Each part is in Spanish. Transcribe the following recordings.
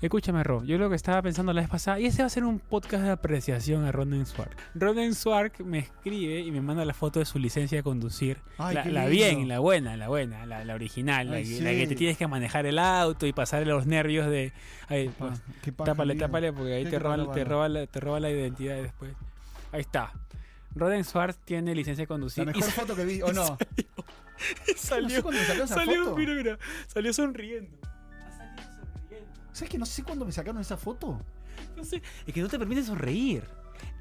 Escúchame, Ro. Yo lo que estaba pensando la vez pasada, y ese va a ser un podcast de apreciación a Ronen Swark. Ronen Swark me escribe y me manda la foto de su licencia de conducir. Ay, la, qué la lindo. bien, la buena, la buena, la, la original, la, Ay, que- sí. la que te tienes que manejar el auto y pasar los nervios de. ay, Pa- bueno, Ah, qué paja, tápale, mira. tápale, porque ahí Sí, te que roban, tápala. te, roban la, te roban la identidad después. Ahí está. Ronen Swark tiene licencia de La conducir. mejor y foto que vi, ¿o no? No sé salió, cuándo me sacaron esa salió, foto. mira, mira, salió sonriendo. Ha salido sonriendo. ¿Sabes que no sé cuándo me sacaron esa foto? No sé, es que no te permite sonreír.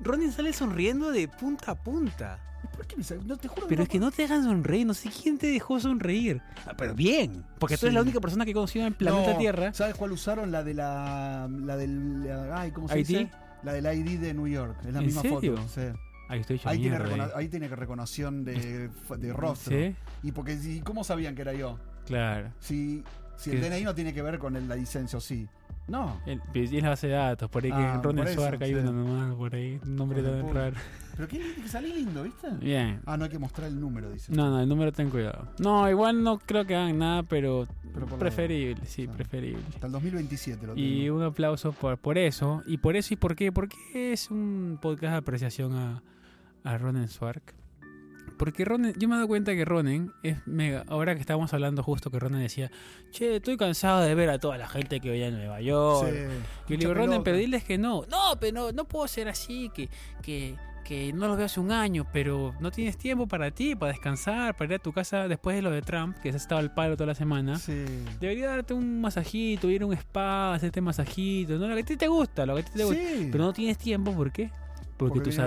Ronin sale sonriendo de punta a punta. ¿Por qué me sacaron? No, te juro Pero es que no te dejan sonreír, no sé quién te dejó sonreír. Ah, pero bien, porque tú eres Sí. la única persona que he conocido en el planeta No, Tierra. ¿Sabes cuál usaron? La de la. La del. la- ay, ¿cómo se ¿ID? dice? La del ID de New York. Es la ¿En misma serio? foto. sí. Ahí estoy yo. Ahí, tiene mierda, eh. Pues, recono- ahí tiene reconoción de, de rostro. ¿Sí? ¿Y porque, y cómo sabían que era yo? Claro. Si, si el ¿Qué? DNI no tiene que ver con el, la licencia, ¿o sí. No. El- Y es pues, la base de datos, por ahí que Ah, en Ronin por eso, Suarca hay sí. uno nomás, por ahí, un nombre Por el tan pobre. raro. Pero qué lindo, que sale lindo, ¿viste? Bien. Ah, no hay que mostrar el número, dice. No, no, el número ten cuidado. No, igual no creo que hagan nada, pero, por la duda. preferible, sí, Claro. preferible. Hasta el 2027 lo Y tengo. un aplauso por, por eso. Y por eso y por qué. Porque es un podcast de apreciación a, a Ronen Swark. Porque Ronen, yo me he dado cuenta que Ronen es mega. Ahora que estábamos hablando justo que Ronen decía, che, estoy cansado de ver a toda la gente que veía en Nueva York. Sí. Yo le digo, Mucha Ronen, pelota. pero diles que no. No, pero no, no puedo ser así, que, que, que no los veo hace un año, pero no tienes tiempo para ti, para descansar, para ir a tu casa después de lo de Trump, que se ha estado al palo toda la semana. Sí. Debería darte un masajito, ir a un spa, hacerte masajito, ¿no? Lo que a ti te gusta, lo que a ti te gusta. Sí. Pero no tienes tiempo, ¿por qué? Porque, Porque tus vienen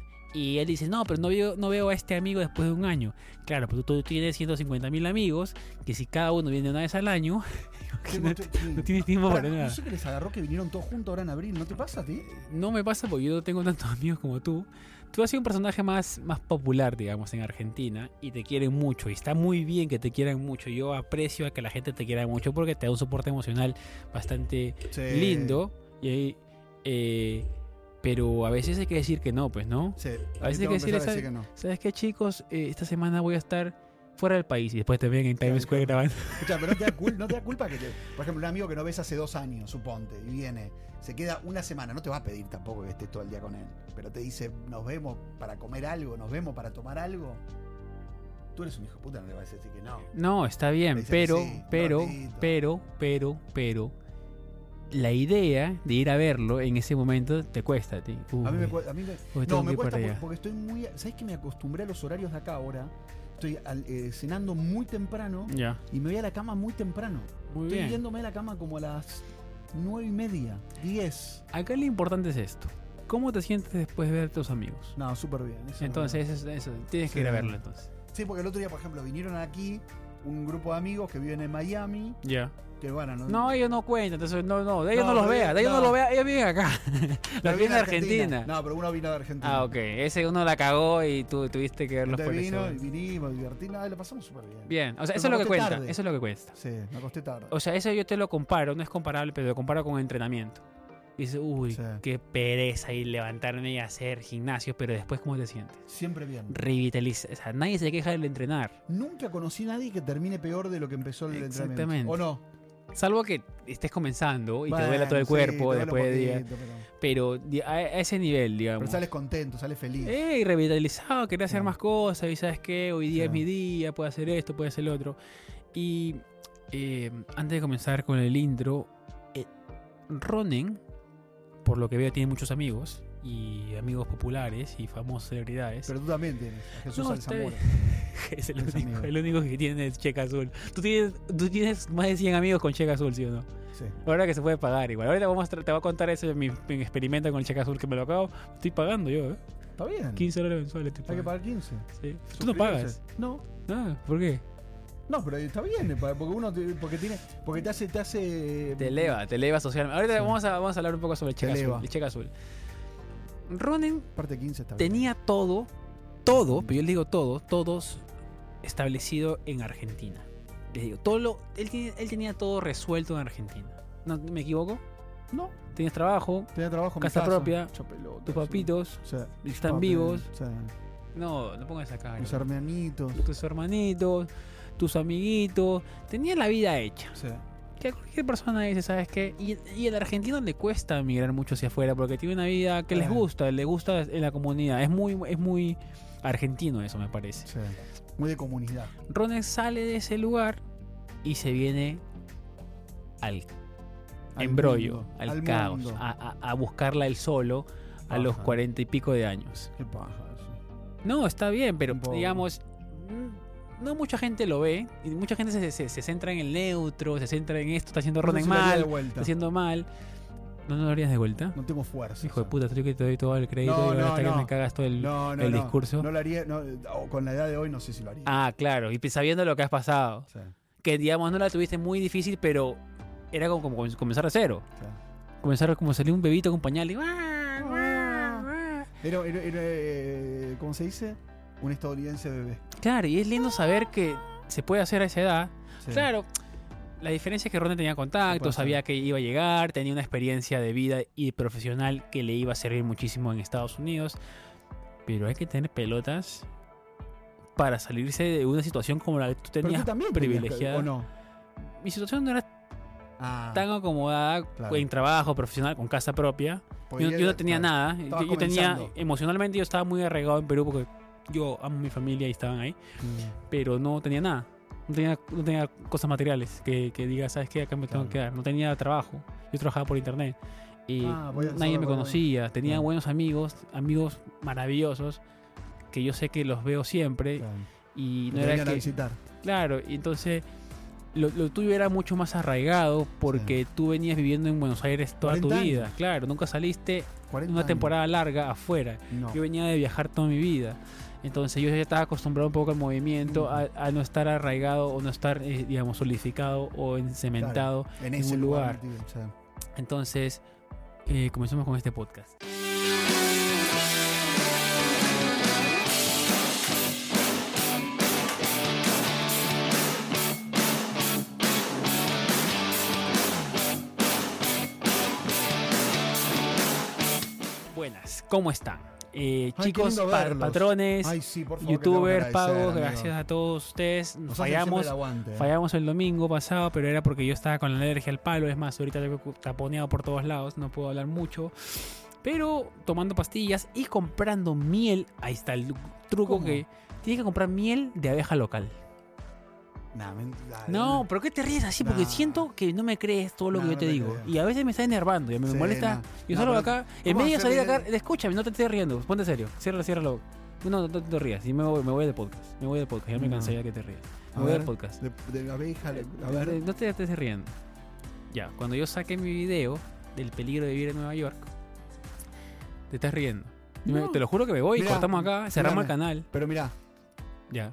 amigos. Y él dice, no, pero no veo, no veo a este amigo después de un año. Claro, pero tú, tú tienes 150 mil amigos, que si cada uno viene una vez al año, Sí, no, vos te- sí. no tienes tiempo Pará, para no nada. sé qué les agarró que vinieron todos juntos ahora en abril. ¿No te pasa a ti? No me pasa porque yo no tengo tantos amigos como tú. Tú has sido un personaje más, más popular, digamos, en Argentina y te quieren mucho. Y está muy bien que te quieran mucho. Yo aprecio a que la gente te quiera mucho porque te da un soporte emocional bastante Sí. lindo. Y ahí, eh, pero a veces hay que decir que no, pues, ¿no? Sí. A veces hay Tengo que decir empezar esa- a decir que no. ¿Sabes qué, chicos? Eh, esta semana voy a estar fuera del país y después te ven en Times Square grabando. Escuchá, pero no te, da cul- no te da culpa que, te- por ejemplo, un amigo que no ves hace dos años, suponte, y viene, se queda una semana, no te va a pedir tampoco que estés todo el día con él, pero te dice, nos vemos para comer algo, nos vemos para tomar algo. Tú eres un hijo de puta, no le vas a decir que no. No, está bien, Dice que pero, sí, pero, gordito. pero, pero, pero. La idea de ir a verlo en ese momento te cuesta a ti. A mí me, Uy. cue- a mí me- Uy, tengo no, que me ir para cuesta por- allá. porque estoy muy. ¿Sabes que me acostumbré a los horarios de acá ahora? Estoy al- eh, cenando muy temprano Ya. y me voy a la cama muy temprano. Muy Estoy bien. yéndome a la cama como a las nueve y media, diez. Acá lo importante es esto. ¿Cómo te sientes después de ver a tus amigos? No, súper bien. eso es Entonces, eso, eso, tienes Sí. que ir a verlo entonces. Sí, porque el otro día, por ejemplo, vinieron aquí un grupo de amigos que viven en Miami, Ya. que bueno, no, No, ellos no cuentan, entonces no, no, de ellos No, no, los no, vean, de ellos no, no. los vean, ellos viven acá. pero los vienen de Argentina. No, pero uno vino de Argentina. Ah, ok, ese uno la cagó y tú tuviste que verlos Entonces por vino eso. y vinimos, divertimos, ah, lo pasamos súper bien. Bien, o sea, Pero eso es lo me que acosté cuenta, tarde. eso es lo que cuesta. Sí, me acosté tarde. O sea, eso yo te lo comparo, no es comparable, pero lo comparo con entrenamiento. Dices, uy, Sí. qué pereza ir levantarme y hacer gimnasio, pero después, ¿cómo te sientes? Siempre bien. Revitaliza, o sea, nadie se queja del entrenar. Nunca conocí a nadie que termine peor de lo que empezó el Exactamente. entrenamiento. ¿O no? Salvo que estés comenzando y Bueno, te duela todo el sí, cuerpo te duele después de día. poquito, pero, Pero di- a, a ese nivel, digamos. pero sales contento, sales feliz. ¡Ey! Eh, Revitalizado, quería hacer Sí. más cosas. Y sabes qué, hoy día Sí. es mi día, puedo hacer esto, puedo hacer lo otro. Y eh, antes de comenzar con el intro, eh, Ronen, por lo que veo, tiene muchos amigos. Y amigos populares y famosas celebridades. Pero tú también tienes a Jesús No, está Alzamora. es el es único, amigo. el único que tiene es Checa Azul. ¿Tú tienes, tú tienes más de 100 amigos con Checa Azul, ¿sí o no? Sí. Ahora que se puede pagar igual. Ahorita vamos a tra- te voy a contar ese mi, mi experimento con el Checa Azul que me lo acabo. Estoy pagando yo, ¿eh? Está bien. 15 dólares mensuales. estoy Mm. Hay que pagando. pagar 15. Sí. Tú no pagas. Suscribirse. No. Ah, ¿por qué? No, pero está bien, pa- porque uno te- porque tiene porque te hace te hace Te eleva, te eleva socialmente. Ahorita Sí. vamos, a, vamos a hablar un poco sobre el cheque Te eleva. azul. El cheque azul. Ronen parte 15 está bien. tenía todo, todo, pero yo le digo todo, todos establecido en Argentina. Les digo, todo lo, él, tiene- él tenía todo resuelto en Argentina. ¿No me equivoco? No, Tenías trabajo, tenía trabajo en mi Casa propia, Mucha pelota, tus sí. papitos O sea, están papi, vivos. o sea, No, no pongas esa cara. mis hermanitos. Tus hermanitos, tus amiguitos. Tenía la vida hecha. O sea, Que a cualquier persona dice, ¿sabes qué? Y, y al argentino le cuesta migrar mucho hacia afuera porque tiene una vida que les Claro. gusta, le gusta en la comunidad. Es muy, es muy argentino eso, me parece. Sí. Muy de comunidad. Ronen sale de ese lugar y se viene al Al embrollo, mundo, al, caos, mundo. a, a- a buscarla él solo a los Ajá. cuarenta y pico de años. Qué paja eso. No, está bien, pero Un poco. digamos, mm, no mucha gente lo ve. Y mucha gente se, se- se centra en el neutro, se centra en esto, está haciendo No sé Ronen si lo haría de mal, vuelta. está haciendo mal. ¿No, no lo harías de vuelta? No tengo fuerza. Hijo de puta, yo que te doy todo el crédito No, y ahora no, hasta que no. me cagas todo el... No, no, el no. discurso. No lo haría. no, o con la edad de hoy no sé si lo haría. Ah, claro, y sabiendo lo que has pasado. Sí, Que digamos, no la tuviste muy difícil, pero era como, como comenzar a cero. sí. Comenzar como salir un bebito con pañal y... "Guau, guau, guau". Era, era- era, eh, ¿Cómo se dice? Un estadounidense bebé. Claro, y es lindo saber que se puede hacer a esa edad. Sí. Claro, la diferencia es que Ronda tenía Sí, contacto, puede ser. sabía que iba a llegar, tenía una experiencia de vida y profesional que le iba a servir muchísimo en Estados Unidos. Pero hay que tener pelotas para salirse de una situación como la que tú Pero tenías. tú también tenías que- privilegiada. ¿O no? Mi situación no era Ah, tan acomodada claro. en trabajo profesional, con casa propia. Yo, podría- yo no tenía claro. nada. Yo, Estaba yo tenía, comenzando. emocionalmente yo estaba muy arraigado en Perú porque yo amo a mi familia y estaban ahí. Mm. pero no tenía nada. No tenía, no tenía cosas materiales que, que diga, ¿sabes qué? Acá me tengo Claro. que dar. No tenía trabajo. Yo trabajaba por internet. Y Ah, voy a nadie hacerlo me por- conocía. Tenía Claro. buenos amigos, amigos maravillosos, que yo sé que los veo siempre. Claro. Y no Te era venían a que... visitar. Claro, y entonces lo, lo tuyo era mucho más arraigado porque tú venías viviendo en Buenos Aires toda tu 40 años. vida. Claro, nunca saliste 40 una años. temporada larga afuera. No. Yo venía de viajar toda mi vida. Entonces yo ya estaba acostumbrado un poco al movimiento, a, a no estar arraigado o no estar, eh, digamos, solidificado o encementado. en en ese un lugar. lugar. tío, sí. Entonces, eh, comencemos con este podcast. Buenas, ¿cómo están? Eh, qué chicos, lindo pa- verlos. patrones, Ay, sí, por favor, que youtubers, tengo que agradecer, pagos, amigo. gracias a todos ustedes. Nos Nos hacen siempre fallamos, el aguante, eh. Fallamos el domingo pasado, pero era porque yo estaba con la alergia al palo. Es más, ahorita tengo taponeado por todos lados, no puedo hablar mucho. Pero tomando pastillas y comprando miel, ahí está el truco ¿Cómo? que tienes que comprar miel de abeja local. Nah, men- nah, No, ¿pero qué te ríes así? Porque Nah. siento que no me crees todo lo Nah, que yo no te te digo. creo. Y a veces me está enervando, ya me Sí, molesta. nah. Yo Nah, solo pero acá, en ¿cómo vez de hacer salir miel? acá, escúchame, no te estés riendo, ponte serio, cierra, cierra la boca. No, no, no te rías, y me voy, me voy del podcast, me voy del podcast, ya me No. cansé ya que te rías. A Me voy del ver. podcast. De, de la abeja, le- a Eh, ver. No te estés riendo. Ya, cuando yo saqué mi video del peligro de vivir en Nueva York, te estás riendo. Y me- No. Te lo juro que me voy, Mira, cortamos acá, cerramos el mírame. canal. Pero mirá, Ya.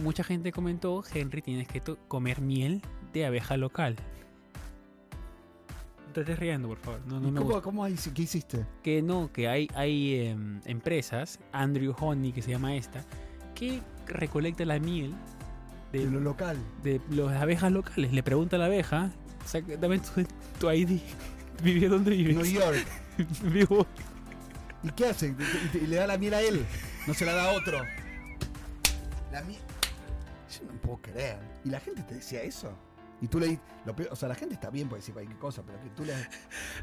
Mucha gente comentó, Henry, tienes que to- comer miel de abeja local. No te estés riendo, por favor. No, no me ¿cómo, gusta. cómo hay- ¿qué hiciste? Que no, que hay, hay em, empresas, Andrew Honey, que se llama esta, que recolecta la miel de, En lo local. de las abejas locales. Le pregunta a la abeja, "Saca- dame tu, tu ID. ¿Vivió dónde En New vives? York. Vivo. ¿Y qué hace? Y te- Y le da la miel a él. No se la da a otro. La miel. Yo no puedo creer. ¿Y la gente te decía eso? Y tú le di- lo peor- O sea, la gente está bien por decir cualquier cosa, pero que tú le.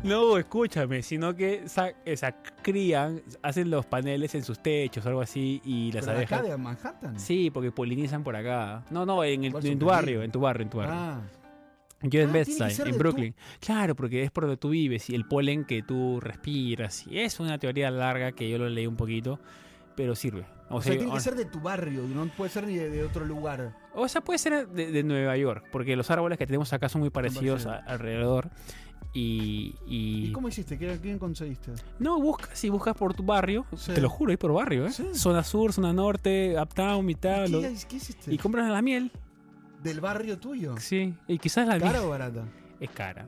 No, escúchame, sino que sa- eh, sa- crían, hacen los paneles en sus techos, algo así, y las pero de acá abejas. de Manhattan. Sí, porque polinizan por acá. No, no, en, el- Por en su tu país. barrio, en tu barrio, en tu barrio. Ah, Yo en Ah, tiene que Bedside, ser en de Brooklyn. Claro, porque es por donde tú vives y el polen que tú respiras. Y es una teoría larga que yo lo leí un poquito, pero sirve. o, sea, tiene ahora- que ser de tu barrio, no puede ser ni de, de otro lugar. O sea, puede ser de, de Nueva York, porque los árboles que tenemos acá son muy parecidos parecidos. a- alrededor. Y, y- ¿Y, cómo hiciste? ¿Qué- ¿Quién conseguiste? No, buscas, si buscas por tu barrio, Sí. te lo juro, hay por barrio, ¿eh? Sí. Zona sur, zona norte, uptown, mitad. ¿Y lo- ¿Qué, qué hiciste? Y compras la miel, ¿Del barrio tuyo? sí. Y quizás la ¿Cara miel o barata? es cara.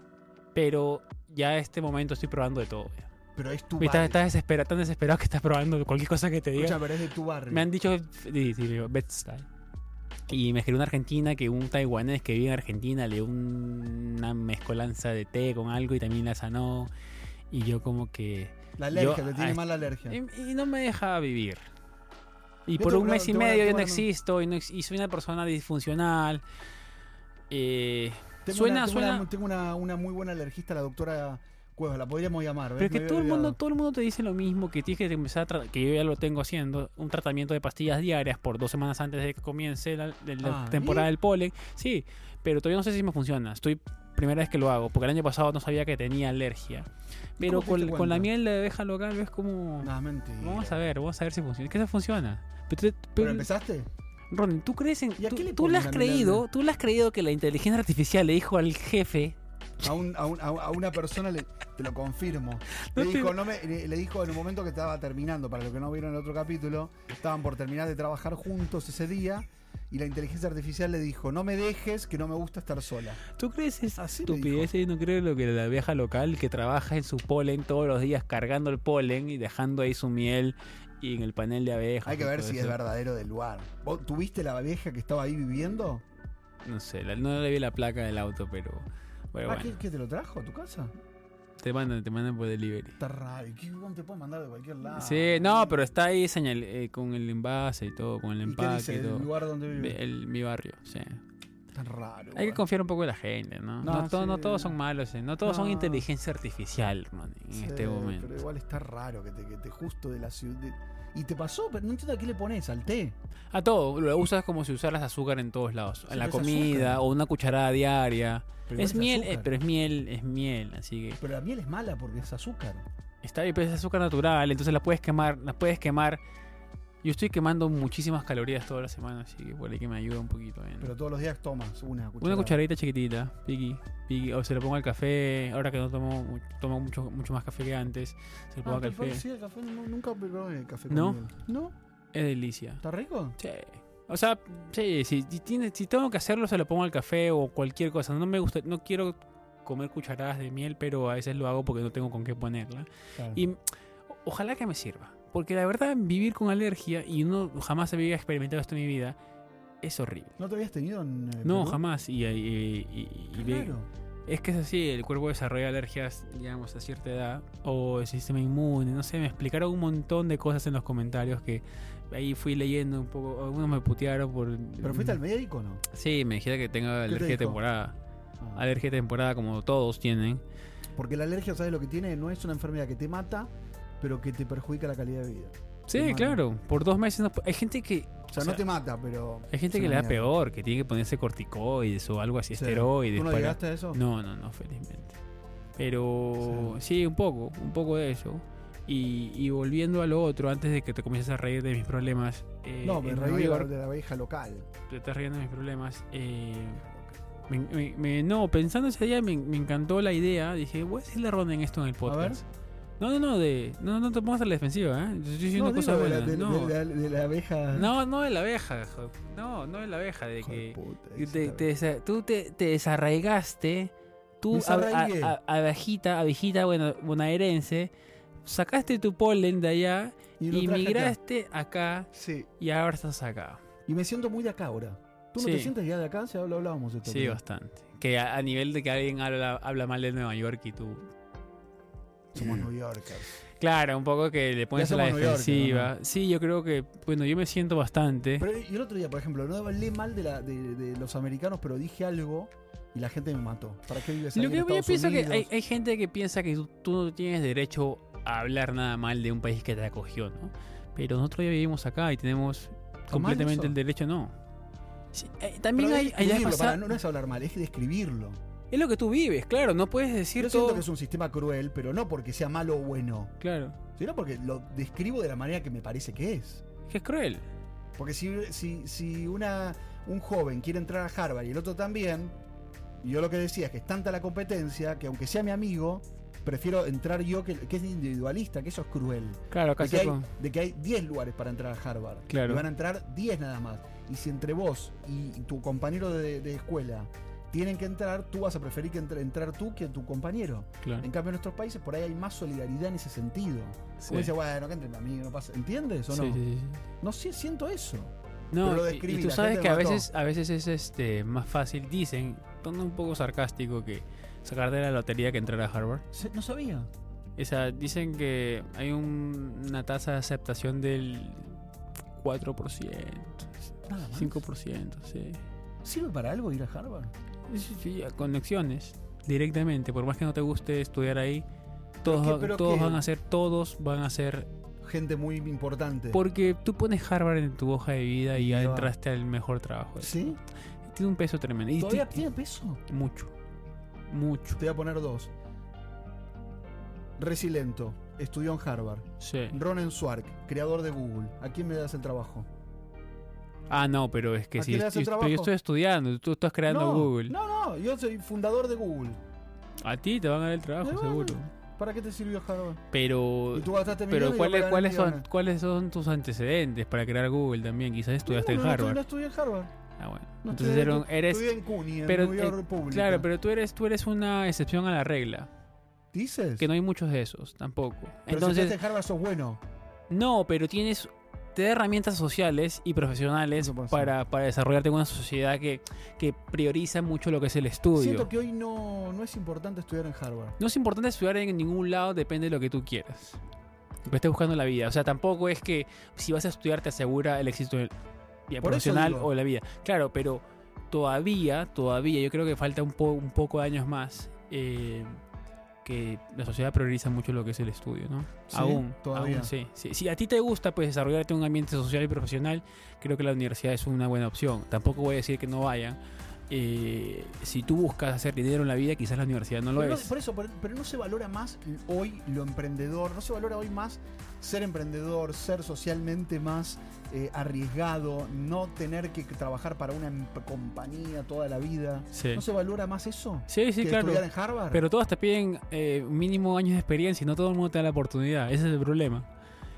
Pero ya a este momento estoy probando de todo. ya. Pero es tu Estás, barrio. estás desespera- tan desesperado que estás probando cualquier cosa que te diga. Escucha, pero es de tu barrio. Me han dicho sí, sí, digo, Bed-Stuy. eh. Y me escribió una argentina que un taiwanés que vive en Argentina le dio un- una mezcolanza de té con algo y también la sanó. Y yo como que... La alergia, Yo- te ah, tiene mala alergia. Y, y no me deja vivir. Y Yo por te un voy a- mes te y voy a- medio yo te voy no a- existo y, no ex- y soy una persona disfuncional. Eh, Tengo Suena- una, tengo suena- una- tengo una, una muy buena alergista, la doctora Cuevas, la podríamos llamar. ¿ves? Pero es que Me había todo el mundo, olvidado. todo el mundo te dice lo mismo, que tienes que empezar a tra- que yo ya lo tengo haciendo, un tratamiento de pastillas diarias por dos semanas antes de que comience la, de la Ah, temporada ¿y? del polen. Sí, pero todavía no sé si me funciona. Estoy primera vez que lo hago, porque el año pasado no sabía que tenía alergia. Pero cómo te con, diste con la cuenta? miel de abeja local es como... Nah, mentira. Vamos a ver, vamos a ver si funciona. Es que se funciona. Pero, te- ¿Pero pero- empezaste? Ronen, ¿tú crees en... ¿Y a Tú, qué le tú le has pones la miel de creído, abeja? tú le has creído que la inteligencia artificial le dijo al jefe... A, un- a, un- a- a una persona, le, te lo confirmo. No Le te- dijo, no me- le, le dijo en un momento que estaba terminando, para los que no vieron el otro capítulo, estaban por terminar de trabajar juntos ese día. Y la inteligencia artificial le dijo, no me dejes, que no me gusta estar sola. ¿Tú crees esa Así le estupidez? Y no creo lo que la vieja local que trabaja en su polen todos los días cargando el polen y dejando ahí su miel y en el panel de abejas. Hay que y ver todo si es eso. verdadero del lugar. ¿Vos tuviste la vieja que estaba ahí viviendo? No sé, la- no le vi la placa del auto, pero. Pero Ah, bueno, ¿qué, qué te lo trajo a tu casa? te mandan, te mandan por delivery. Está raro. ¿Y qué bueno, te pueden mandar de cualquier lado? sí, no, pero está ahí señal, eh, con el envase y todo, con el ¿Y qué empaque dice y, el todo. lugar donde vive? El- mi barrio, sí. Está raro. Hay que bueno. confiar un poco en la gente, ¿no? No, No, to- no sí. todos son malos, eh, no todos son No. inteligencia artificial, hermano, en Sí, este momento. Pero igual está raro que te, que te justo de la ciudad. de- Y te pasó, pero no entiendo a qué le pones, al té. A todo, lo usas como si usaras azúcar en todos lados. En Sí, la pero es comida azúcar. o una cucharada diaria. Pero igual Es miel, eh, azúcar. pero es miel, es miel. Así que Pero la miel es mala porque es azúcar. está bien, pero es azúcar natural, entonces la puedes quemar, la puedes quemar. Yo estoy quemando muchísimas calorías todas las semanas, así que por ahí que me ayuda un poquito. ¿eh? Pero todos los días tomas una cucharada. Una cucharadita chiquitita, piqui, piqui. O se lo pongo al café, ahora que no tomo, mu- tomo mucho, mucho más café que antes, se lo Ah, pongo te al café. parece- sí, el café no- nunca probé el café con ¿No? miel. ¿No? Es delicia. ¿Está rico? Sí. O sea, sí, si, si tiene- si tengo que hacerlo, se lo pongo al café o cualquier cosa. No me gusta, no quiero comer cucharadas de miel, pero a veces lo hago porque no tengo con qué ponerla. Claro. Y o- ojalá que me sirva. Porque la verdad, vivir con alergia, y no jamás había experimentado esto en mi vida, es horrible. ¿No te habías tenido en eh, No, Perú? jamás. Y, y- y- y- y- Claro. Es que es así, el cuerpo desarrolla alergias, digamos, a cierta edad, o el sistema inmune, no sé, me explicaron un montón de cosas en los comentarios que ahí fui leyendo un poco, algunos me putearon por... ¿Pero Mm. fuiste al médico o no? Sí, me dijiste que tenga ¿Qué te alergia de dijo? temporada. Ah. Alergia de temporada como todos tienen. Porque la alergia, ¿sabes lo que tiene? No es una enfermedad que te mata, pero que te perjudica la calidad de vida. Sí, Qué malo. claro, por dos meses no... pu- Hay gente que... O sea, O sea, no te mata, pero. Hay gente es que una le da mierda. peor, que tiene que ponerse corticoides o algo así, Sí. esteroides. ¿Tú no para- llegaste a eso? No, no, no, felizmente. Pero sí, un poco, un poco de eso. Y, y volviendo a lo otro, antes de que te comiences a reír de mis problemas. eh, No, me en reí Nueva de la, York, de la abeja local. te estás riendo de mis problemas. eh, me- me- me- no, pensando ese día me, me encantó la idea. Dije, voy a decirle a Ronen esto en el podcast. No, no, no, de, no, no te pongas a la defensiva, ¿eh? Yo estoy diciendo digo, cosas de la- buenas. de, no. de la, de la abeja. no, no de la abeja. jo- No, no de la abeja, de Hijo de que puta, y esa te- abeja. te desa- tú te, te desarraigaste, tú a- a- Desarraigué. a- abejita, abejita bueno, bonaerense, sacaste tu polen de allá lo y traje migraste acá. acá. Sí. y ahora estás acá. Y me siento muy de acá ahora. ¿Tú no Sí. te sientes ya de acá? Se lo hablábamos de esto. Sí, ¿no? bastante. Que a, a nivel de que alguien habla, habla mal de Nueva York y tú... Somos New Yorkers. Claro, un poco que le pones a la somos neoyorqueros, defensiva. Sí, yo creo que, bueno, yo me siento bastante. Pero y el otro día, por ejemplo, no hablé mal de, la, de, de los americanos, pero dije algo y la gente me mató. ¿Para qué vives ahí Lo en que yo Estados pienso que Unidos? hay, hay gente que piensa que tú, tú no tienes derecho a hablar nada mal de un país que te acogió, ¿no? Pero nosotros ya vivimos acá y tenemos ¿Está mal completamente eso? el derecho, no. Sí, eh, también Pero hay, es hay la vez describirlo, pasada- para- no, no es hablar mal, es describirlo. Es lo que tú vives, claro, no puedes decir Yo todo. siento que es un sistema cruel, pero no porque sea malo o bueno, Claro, sino porque lo describo de la manera que me parece que es. que es cruel. Porque si, si, si una, un joven quiere entrar a Harvard y el otro también, y yo lo que decía es que es tanta la competencia que aunque sea mi amigo, prefiero entrar yo que, que es individualista, que eso es cruel. Claro, De acá que, hay, con... de que hay 10 lugares para entrar a Harvard. Claro. Y van a entrar 10 nada más. Y si entre vos y tu compañero de, de escuela tienen que entrar, tú vas a preferir que entre- entrar tú que tu compañero. claro. En cambio, en nuestros países por ahí hay más solidaridad en ese sentido. Sí. Como dice, bueno, que entre mi amigo, no pasa. ¿Entiendes o Sí, no? sí, sí, sí. No sé, siento eso. No, Pero lo y- y, describí, tú la sabes gente que a me mató. veces, a veces es este más fácil, dicen, tono un poco sarcástico, que sacar de la lotería que entrar a Harvard. Se- No sabía. O sea, dicen que hay un- una tasa de aceptación del 4%, Nada más. 5%, sí. ¿Sirve para algo ir a Harvard? Sí, sí, conexiones directamente, por más que no te guste estudiar ahí, todos, qué- va- pero todos qué? van a ser, todos van a ser, Gente muy importante. porque tú pones Harvard en tu hoja de vida y ya Ya va. entraste al mejor trabajo. ¿Sí? Tiene un peso tremendo. Y ¿Todavía ti- tiene peso? mucho, mucho. Te voy a poner dos. Resilento, estudió en Harvard. Sí. Ronen Swark, creador de Google. ¿A quién me das el trabajo? Ah, no, pero es que ¿A si quién le das yo, el pero yo trabajo? estoy estudiando, tú estás creando no, Google. No, no, yo soy fundador de Google. A ti te van a dar el trabajo, Me van. seguro. ¿Para qué te sirvió Harvard? Pero Y tú gastaste pero millones y yo ¿cuáles pagué cuáles son millones. cuáles son tus antecedentes para crear Google también? Quizás estudiaste No, en no, Harvard. No estudié, no estudié en Harvard. Ah, bueno. No Entonces estudié- era un- eres Estudié en CUNY, en pero, New York eh, República. claro, pero tú eres tú eres una excepción a la regla, ¿Dices? que no hay muchos de esos tampoco. Pero si Entonces, estudiaste en Harvard sos bueno. no, pero tienes te da herramientas sociales y profesionales Eso pasa. para, para desarrollarte en una sociedad que, que prioriza mucho lo que es el estudio. Siento que hoy no, no es importante estudiar en Harvard. No es importante estudiar en ningún lado, depende de lo que tú quieras. Lo que estés buscando en la vida. O sea, tampoco es que si vas a estudiar te asegura el éxito en la Por eso profesional digo. o en la vida. Claro, pero todavía, todavía, yo creo que falta un, po- un poco de años más eh, que la sociedad prioriza mucho lo que es el estudio, ¿no? Sí, aún, todavía. aún, sí, sí. Si a ti te gusta pues desarrollarte en un ambiente social y profesional, creo que la universidad es una buena opción. Tampoco voy a decir que no vayan. Eh, si tú buscas hacer dinero en la vida, quizás la universidad no lo Pero no- es. por eso, por- pero no se valora más hoy lo emprendedor, no se valora hoy más ser emprendedor, ser socialmente más eh, arriesgado, no tener que trabajar para una em- compañía toda la vida. Sí, ¿No se valora más eso? sí, sí, que claro. estudiar en Harvard. Pero todas te piden eh, mínimo años de experiencia y no todo el mundo te da la oportunidad. Ese es el problema.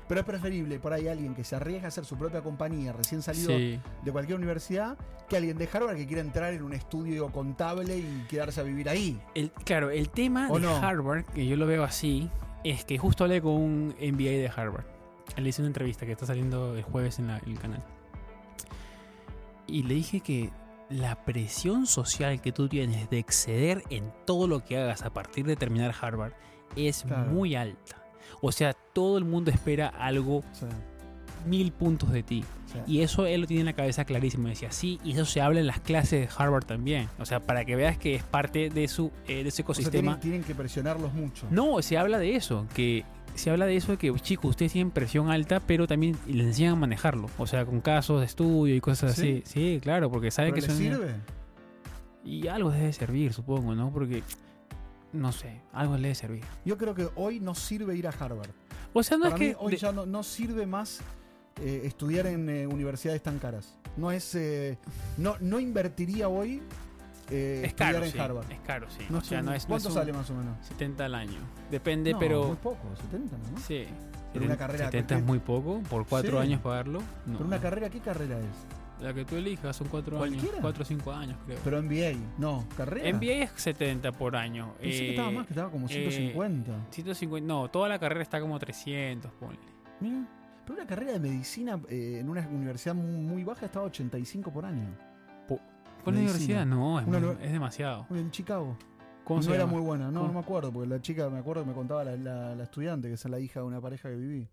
Pero es preferible por ahí alguien que se arriesga a hacer su propia compañía recién salido Sí. de cualquier universidad que alguien de Harvard que quiera entrar en un estudio contable y quedarse a vivir ahí. El, claro, el tema ¿O de no? Harvard, que yo lo veo así, es que justo hablé con un MBA de Harvard. Le hice una entrevista que está saliendo el jueves en, la- en el canal. Y le dije que la presión social que tú tienes de exceder en todo lo que hagas a partir de terminar Harvard es Claro. muy alta. O sea, todo el mundo espera algo O sea, mil puntos de ti. o sea, Y eso él lo tiene en la cabeza clarísimo. Me decía, sí, y eso se habla en las clases de Harvard también. O sea, para que veas que es parte de su, eh, de su o sea, ecosistema. tienen, tienen que presionarlos mucho. No, se habla de eso, que se habla de eso de que, chicos, ustedes tienen presión alta, pero también les enseñan a manejarlo. O sea, con casos de estudio y cosas así. Sí, claro, porque saben ¿Pero que les son... sirve? Y algo debe servir, supongo, ¿no? Porque, no sé, algo le debe servir. Yo creo que hoy no sirve ir a Harvard. O sea, no Para es mí que... hoy de- ya no, no sirve más eh, estudiar en eh, universidades tan caras. No es eh, no, no invertiría hoy eh, es estudiar caro, en sí, Harvard. es caro, sí. No o sea, sé, no es... no ¿Cuánto es un sale más o menos? 70 al año. Depende, No, pero... muy poco, 70, ¿no? Sí. Pero una carrera 70 es que- muy poco, por cuatro Sí. años pagarlo. No. Pero una carrera, ¿qué carrera es? La que tú elijas son cuatro años. ¿Cualquiera? Cuatro o cinco años, creo. Pero MBA, no, carrera. NBA es 70 por año. Pensé que eh, estaba más, que estaba como eh, 150. 150, no, toda la carrera está como 300, ponle. Mira, pero una carrera de medicina eh, en una universidad mu- muy baja estaba 85 por año. ¿Cuál es la Medicina. universidad? No, es, Una muy- nueva- es demasiado. En Chicago. ¿Cómo se no era llama? muy buena, no, ¿Cómo? no me acuerdo, porque la chica, me acuerdo que me contaba la, la- la estudiante, que es la hija de una pareja que viví.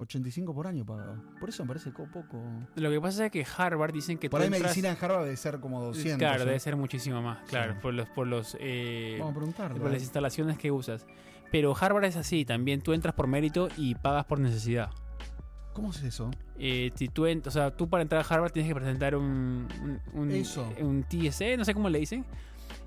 85 por año pagaba. Por eso me parece co- poco. Lo que pasa es que Harvard dicen que Por tú ahí entras- medicina en Harvard debe ser como 200. Claro, ¿eh? debe ser muchísimo más, claro, Sí. por los por los eh, Vamos a preguntarle. por las instalaciones que usas. Pero Harvard es así, también tú entras por mérito y pagas por necesidad. ¿Cómo es eso? Eh, si tú, ent- o sea, tú para entrar a Harvard tienes que presentar un, un, un, Eso. un TSE, no sé cómo le dicen,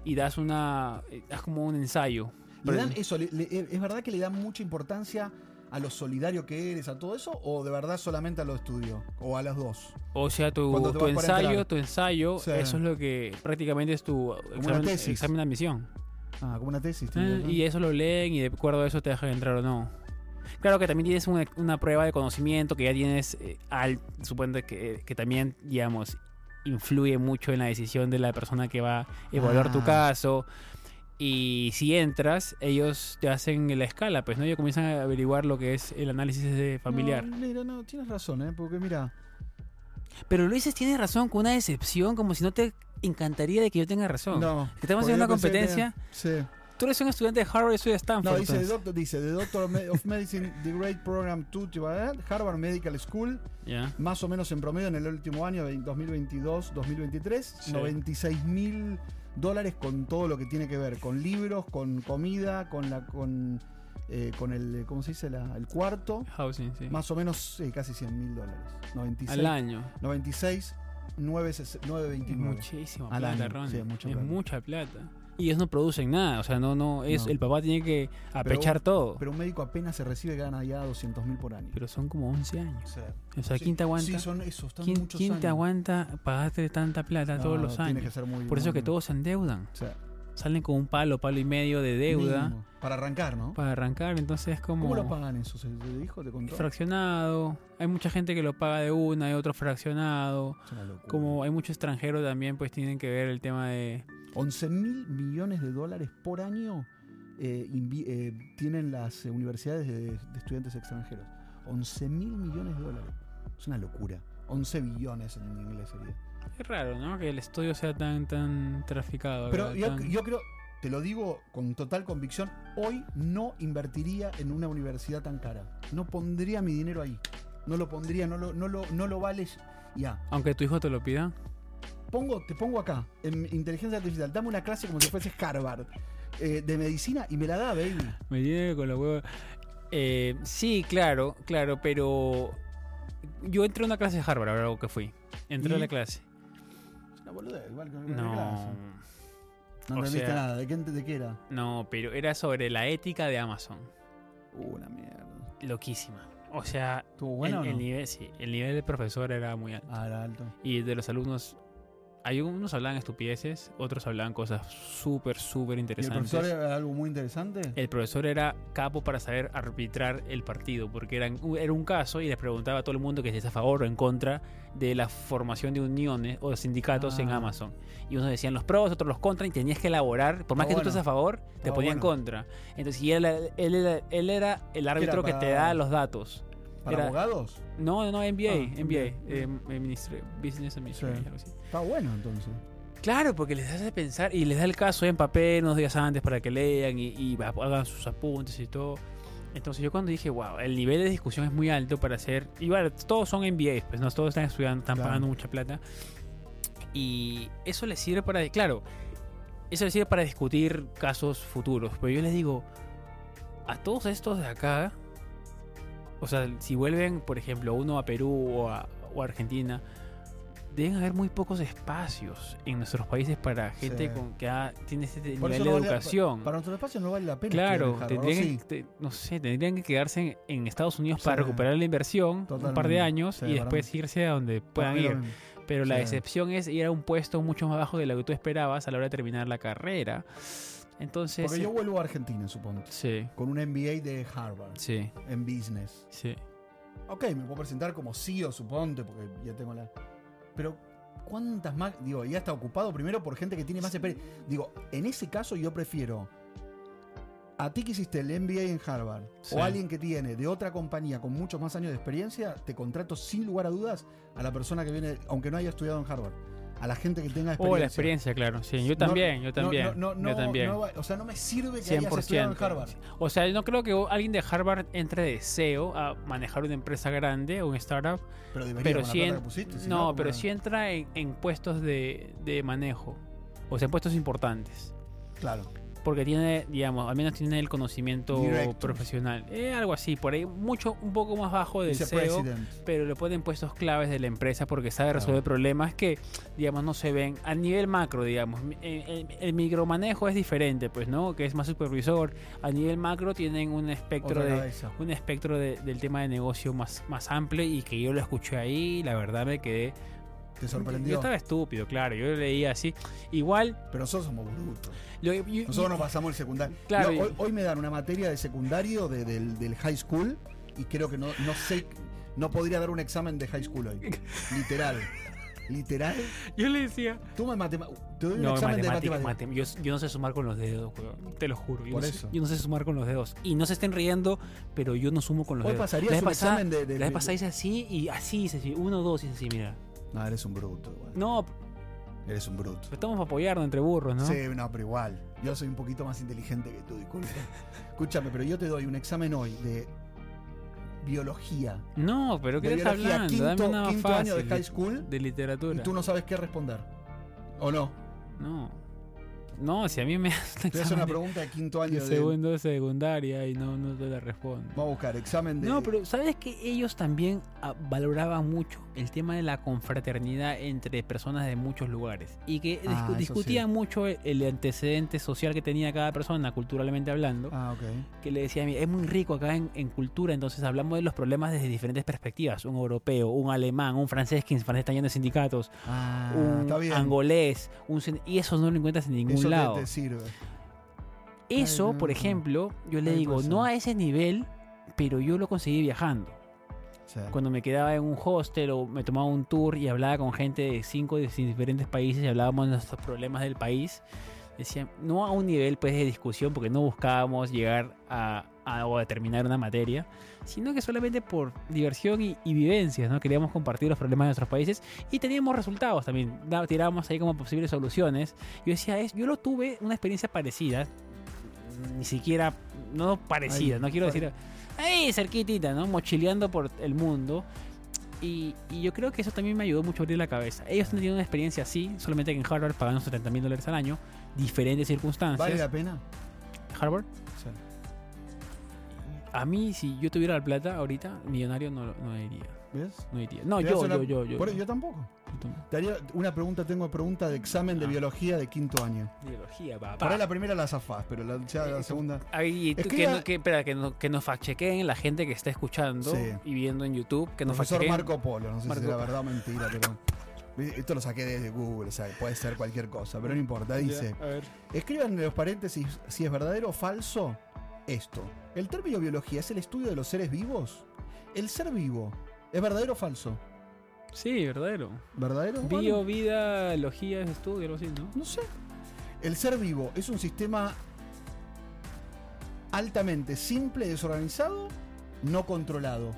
y das una, eh, das como un ensayo. Le Pero- dan e- eso le- le- ¿Es verdad que le dan mucha importancia a lo solidario que eres, a todo eso? ¿O de verdad solamente a lo estudio? ¿O a las dos? O sea, tu, Cuando te tu vas para ensayo, entrar. tu ensayo, Sí. eso es lo que prácticamente es tu examen, tesis. examen de admisión. Ah, como una tesis. Eh, tenés razón. Y eso lo leen y de acuerdo a eso te dejan entrar o no. Claro que también tienes una, una prueba de conocimiento que ya tienes eh, al, supongo que, que también, digamos, influye mucho en la decisión de la persona que va a evaluar tu Ah. caso. Y si entras, ellos te hacen la escala, pues, ¿no? Ellos comienzan a averiguar lo que es el análisis de familiar. No, mira, no, tienes razón, ¿eh? Porque mira. Pero Luis tiene razón, con una decepción, como si no te encantaría de que yo tenga razón. No. Que Estamos porque haciendo una yo pensé que competencia. tenía- Sí. Tú eres un estudiante de Harvard, yo soy de Stanford. No, dice the, entonces. doctor, dice the Doctor of Me- of Medicine, The Great Program 2, Harvard Medical School, Ya. más o menos en promedio en el último año, 2022-2023, Sí. 96 mil dólares con todo lo que tiene que ver con libros, con comida, con la con, eh, con el, ¿cómo se dice? La- el cuarto. Housing, sí. Más o menos eh, casi 100 mil dólares. 96. Al año. 96, 9, Es 929. muchísima Al plata, año, Ron. sí, es mucha es plata. mucha plata. Y ellos no producen nada, o sea, no, no, es, No. el papá tiene que apechar todo. Pero, Pero un médico apenas se recibe, gana ya 200 mil por año. son como 11 años. sea, O sea, sí, ¿quién te aguanta? Sí, son esos, están ¿Quién, muchos quién años. te aguanta pagarte tanta plata No, todos los Ah, tiene años? que ser muy- Por eso es que muy- todos se endeudan. o sea, Salen con un palo, palo y medio de deuda mínimo, Para arrancar, ¿no? para arrancar, entonces es como ¿Cómo lo pagan eso? ¿Se te dijo? ¿Te contó? fraccionado. Hay mucha gente que lo paga de una, hay otro fraccionado. Es una locura. Como hay mucho extranjero también, pues tienen que ver el tema de... 11 mil millones de dólares por año eh, invi- eh, tienen las eh, universidades de, de estudiantes extranjeros. 11 mil millones de dólares. Es una locura. 11 billones en inglés sería. Es raro, ¿no? Que el estudio sea tan, tan traficado. Pero ¿verdad? yo, Tan- yo creo, te lo digo con total convicción, hoy no invertiría en una universidad tan cara. No pondría mi dinero ahí. No lo pondría, no lo, no lo, no lo vales. Ya, Aunque tu hijo te lo pida. pongo, te pongo acá, en inteligencia artificial, dame una clase como si fuese Harvard eh, de medicina y me la da, baby. Me tiene con los huevos. Eh, sí, claro, claro, pero yo entré a una clase de Harvard, ahora algo que fui. Entré a ¿Y? la clase. Es una boludez, igual que una clase. No, No O entendiste sea- nada, ¿de qué, de qué era? no, pero era sobre la ética de Amazon. Uh, la mierda. Loquísima. O sea, ¿Estuvo bueno el, o el no? nivel, sí, el nivel del profesor era muy alto. Ah, era alto. Y de los alumnos, hay unos hablaban estupideces, otros hablaban cosas súper, súper ¿Y el interesantes. profesor era algo muy interesante? El profesor era capo para saber arbitrar el partido, porque eran- era un caso y les preguntaba a todo el mundo que si está a favor o en contra de la formación de uniones o sindicatos en Ah. Amazon. Y unos decían los pros, otros los contras, y tenías que elaborar. Por más Ah, que bueno. tú estés a favor, te Ah, ponían bueno. contra. Entonces, y él, él era- él era el árbitro que te para- da los datos. ¿Para era- abogados? No, no, MBA, Ah, MBA, MBA. eh, Ministry- Business Administration, Sí. algo así. Está bueno entonces. Claro, porque les hace pensar y les da el caso en papel unos días antes para que lean y, y va- hagan sus apuntes y todo. Entonces yo cuando dije, wow, el nivel de discusión es muy alto para hacer... Igual, todos son MBAs, pues no todos están estudiando, están Claro. pagando mucha plata. Y eso les sirve para... Claro, eso les sirve para discutir casos futuros. Pero yo les digo, a todos estos de acá, o sea, si vuelven, por ejemplo, uno a Perú o a, o a Argentina, deben haber muy pocos espacios en nuestros países para gente Sí. con que ha- tiene este Por nivel eso de no vale- educación. Para nuestro espacio no vale la pena. Claro, estudiar en Harvard, ¿o tendrían, sí? que- te- no sé, tendrían que quedarse en, en Estados Unidos Sí. para recuperar la inversión un par de Totalmente. años Sí, y para después irse a donde Para puedan mí lo ir. mismo. Pero la Sí. excepción es ir a un puesto mucho más bajo de lo que tú esperabas a la hora de terminar la carrera. Entonces, Porque yo vuelvo a Argentina, supongo. sí, Con un MBA de Harvard sí, en business. sí. Ok, me puedo presentar como CEO, suponte, porque ya tengo la. Pero, ¿cuántas más? Digo, ya está ocupado primero por gente que tiene más experiencia. Digo, en ese caso yo prefiero a ti que hiciste el MBA en Harvard Sí. o alguien que tiene de otra compañía con muchos más años de experiencia, te contrato sin lugar a dudas a la persona que viene, aunque no haya estudiado en Harvard, a la gente que tenga O experiencia. Oh, la experiencia, claro. Sí, yo No- también, no- yo también. no- no- yo también. no va- o sea, no me sirve que hayas estudiado 100%. en Harvard. O sea, yo no creo que alguien de Harvard entre de CEO a manejar una empresa grande o un startup, Pero debería pero con la sí, plata en- que pusiste, si no, ¿cómo pero la- sí entra en, en puestos de, de manejo, o sea, en puestos importantes, Claro. porque tiene, digamos, al menos tiene el conocimiento Directos. profesional, Eh, algo así, por ahí mucho, un poco más bajo del E Dice CEO, president. pero le ponen puestos claves de la empresa porque sabe Claro. resolver problemas que, digamos, no se ven a nivel macro, digamos. El, el- el micromanejo es diferente, pues, ¿no? Que es más supervisor. A nivel macro tienen un espectro Otra de cabeza. un espectro de- del tema de negocio más, más amplio y que yo lo escuché ahí, la verdad me quedé... Te Yo sorprendió. estaba estúpido, claro, yo lo leía así. Igual, Pero nosotros somos brutos. yo- yo- Nosotros no pasamos el secundario. Claro, Yo- y- hoy, hoy me dan una materia de secundario de- del, del high school y creo que no, no sé, no podría dar un examen de high school hoy. Literal. Literal. yo le decía... Tú me matema- te doy un No, examen matemática, de matemáticas. matem- yo, yo no sé sumar con los dedos, weón, te lo juro. Yo, Por no eso. Sé, yo no sé sumar con los dedos. Y no se estén riendo, pero yo no sumo con los Hoy dedos. pasarías la vez un pasada- examen de. de- La vez de- pasada hice así y así hice así. Uno, dos, hice así, mira. No, eres un bruto. igual. No, Eres un bruto. estamos para apoyarnos entre burros, ¿no? Sí, no, pero igual. Yo soy un poquito más inteligente que tú, disculpa. Escúchame, pero yo te doy un examen hoy de biología. No, pero ¿qué de estás biología, hablando? quinto, Dame una más quinto fácil. año de high school. de literatura. Y tú no sabes qué responder. ¿O no? No. No, si a mí me hacen Te voy a hacer una examen de- pregunta de quinto año de de. segundo de secundaria y no, no te la respondo. Vamos a buscar examen de. No, pero ¿sabes que ellos también ah, valoraban mucho el tema de la confraternidad entre personas de muchos lugares? Y que discu- Ah, eso sí. discutían mucho el, el antecedente social que tenía cada persona, culturalmente hablando, Ah, ok. que le decía, "Mira, es muy rico acá en, en cultura, entonces hablamos de los problemas desde diferentes perspectivas. Un europeo, un alemán, un francés que en francés está lleno de sindicatos, Ah, un está bien. angolés, un... sin- Y eso no lo encuentras en ningún Eso te- lado. te sirve. Eso, Ay, por no. ejemplo, yo le Ay, digo, pues, no sí. a ese nivel, pero yo lo conseguí viajando. Sí. Cuando me quedaba en un hostel o me tomaba un tour y hablaba con gente de cinco de diferentes países y hablábamos de nuestros problemas del país, decían, no a un nivel pues de discusión porque no buscábamos llegar a, a- o a terminar una materia, sino que solamente por diversión y, y vivencias, ¿no? Queríamos compartir los problemas de nuestros países y teníamos resultados también, da- tirábamos ahí como posibles soluciones. Yo decía, es, yo lo tuve una experiencia parecida, ni siquiera, no parecida, Ahí, no quiero ahí. decir, ahí cerquitita, ¿no? Mochileando por el mundo. Y, y yo creo que eso también me ayudó mucho a abrir la cabeza. Ellos han tenido una experiencia así, solamente que en Harvard pagaron 70 mil dólares al año, diferentes circunstancias. ¿Vale la pena? Harvard, Sí. a mí, si yo tuviera la plata ahorita, millonario no, lo- no iría. ¿Ves? No iría. No, Te yo, hace una- yo, yo, yo, Por- yo. Yo tampoco. Yo también. Te haría una pregunta, tengo pregunta de examen de Ah. biología de quinto año. Ideología, papá. Para la primera la zafás, pero la, ya Eh, la segunda. Ahí, tú, Es que que, ya- no- que- espera, que, no- que nos fact-chequeen la gente que está escuchando Sí. y viendo en YouTube. Que nos Profesor fact-chequeen. Marco Polo, no sé Marco si era Polo. verdad o mentira, pero. Esto lo saqué desde Google, o sea, puede ser cualquier cosa, pero no importa. Ya, Dice: a ver. Escriban en los paréntesis si es verdadero o falso esto. ¿El término biología es el estudio de los seres vivos? ¿El ser vivo es verdadero o falso? Sí, verdadero. ¿Verdadero? Bueno, Bio, vida, logía, es estudio, algo así, ¿no? No sé. El ser vivo es un sistema altamente simple, desorganizado, no controlado.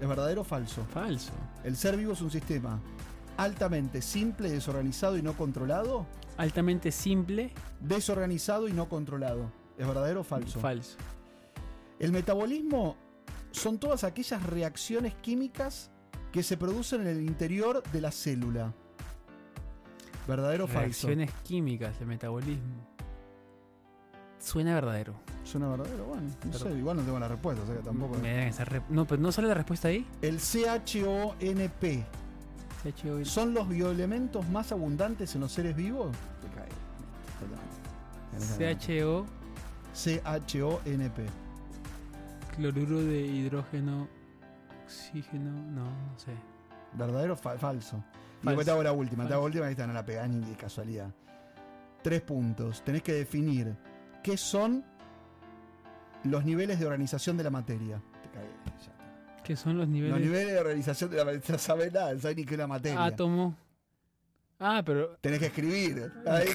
¿Es verdadero o falso? Falso. El ser vivo es un sistema altamente simple, desorganizado y no controlado. Altamente simple, Desorganizado y no controlado. ¿Es verdadero o falso? falso. el metabolismo son todas aquellas reacciones químicas que se producen en el interior de la célula. ¿Verdadero o falso? Reacciones químicas, el metabolismo. Suena verdadero. Suena verdadero, bueno, no Pero- sé, igual no tengo la respuesta, o sea que tampoco. Me dan esa re- No, pero no sale la respuesta ahí. El CHONP CHO. son los bioelementos más abundantes en los seres vivos. CHO, CHONP. cloruro de hidrógeno, oxígeno, no, no sé. ¿Verdadero o fa- falso? Y Falso. después te hago la última, te hago Falso. la última que esta no la pegás ni de casualidad. Tres puntos. Tenés que definir qué son los niveles de organización de la materia. Te cagué, ya está. ¿Qué son los niveles? Los niveles de organización de la materia. No sabés nada, no sabés ni qué es la materia. Átomo. Ah, pero Tenés que escribir. Ahí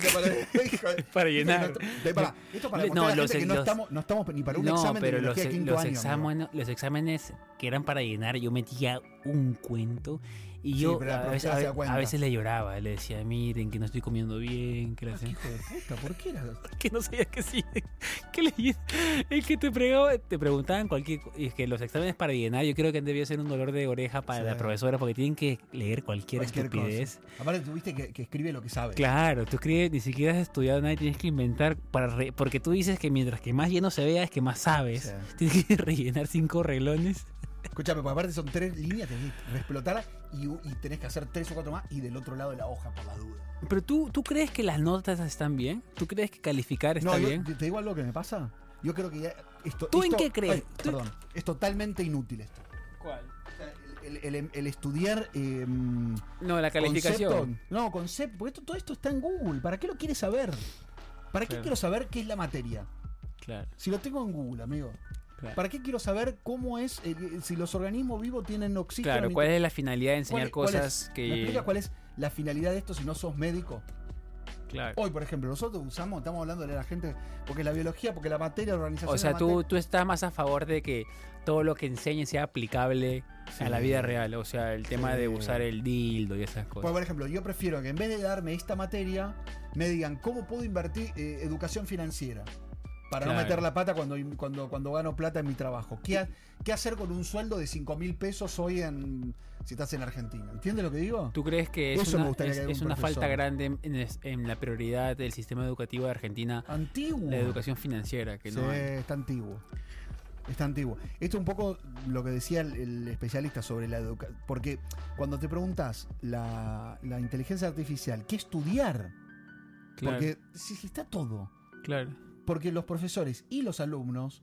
te parece. para Esto- de- pará, esto para No, contar a la los- gente que no los- estamos, no estamos ni para un no, examen pero de los, biología de quinto los año. amigo. exámenes, los exámenes que eran para llenar, yo metía un cuento y Sí, yo pero la a, veces, profesora se da a- a cuenta. veces le lloraba, le decía, miren que no estoy comiendo bien, que, la Ah, qué hijo de puta, ¿por qué era? que no sabía que sí, que leí, es que te, pregaba- te preguntaban cualquier, co- y es que los exámenes para llenar, yo creo que debió ser un dolor de oreja para Sí. la profesora porque tienen que leer cualquier, Cualquier cosa. estupidez. Aparte tuviste que, que escribe lo que sabe. Claro, tú escribes, ni siquiera has estudiado nada y tienes que inventar para re- porque tú dices que mientras que más lleno se vea es que más sabes. Sí. Tienes que rellenar cinco relones. Escuchame, porque aparte son tres líneas, tenés que explotar y, y tenés que hacer tres o cuatro más y del otro lado de la hoja por la duda. Pero tú, ¿tú crees que las notas están bien? ¿Tú crees que calificar está no, yo- bien? te, te digo algo que me pasa. Yo creo que ya esto. ¿Tú en esto- qué crees? ay, ¿Tú- perdón, es totalmente inútil esto. ¿Cuál? O sea, El, el- el- el estudiar eh, mm, No, la calificación. Concepto. No, concepto. Porque esto- todo esto está en Google. ¿Para qué lo quieres saber? ¿Para qué Claro. quiero saber qué es la materia? Claro, Si lo tengo en Google, amigo. claro. ¿Para qué quiero saber cómo es, eh, si los organismos vivos tienen oxígeno? Claro, ni- ¿cuál es la finalidad de cuál- enseñar cuál es? cosas ¿Me que explicas cuál es la finalidad de esto si no sos médico? claro. Hoy, por ejemplo, nosotros usamos, estamos hablando de la gente, porque la biología, porque la materia, la organización. O sea, la tú, materia- tú estás más a favor de que todo lo que enseñes sea aplicable Sí. a la vida real. O sea, el tema de Sí. usar el dildo y esas Porque, cosas. Pues, por ejemplo, yo prefiero que en vez de darme esta materia, me digan cómo puedo invertir eh, educación financiera. para no Claro. meter la pata cuando, cuando, cuando gano plata en mi trabajo. ¿Qué, ha- qué hacer con un sueldo de 5 mil pesos hoy en, si estás en Argentina? ¿Entiendes lo que digo? ¿Tú crees que es Eso me una, gustaría es- que haga es un una profesor. falta grande en, en es- en la prioridad del sistema educativo de Argentina, Antiguo. la educación financiera? Que no Sí, hay? está antiguo. Está antiguo. Esto es un poco lo que decía el, el especialista sobre la educación. Porque cuando te preguntas la, la inteligencia artificial, ¿qué estudiar? Claro, Porque si si está todo. claro. Porque los profesores y los alumnos,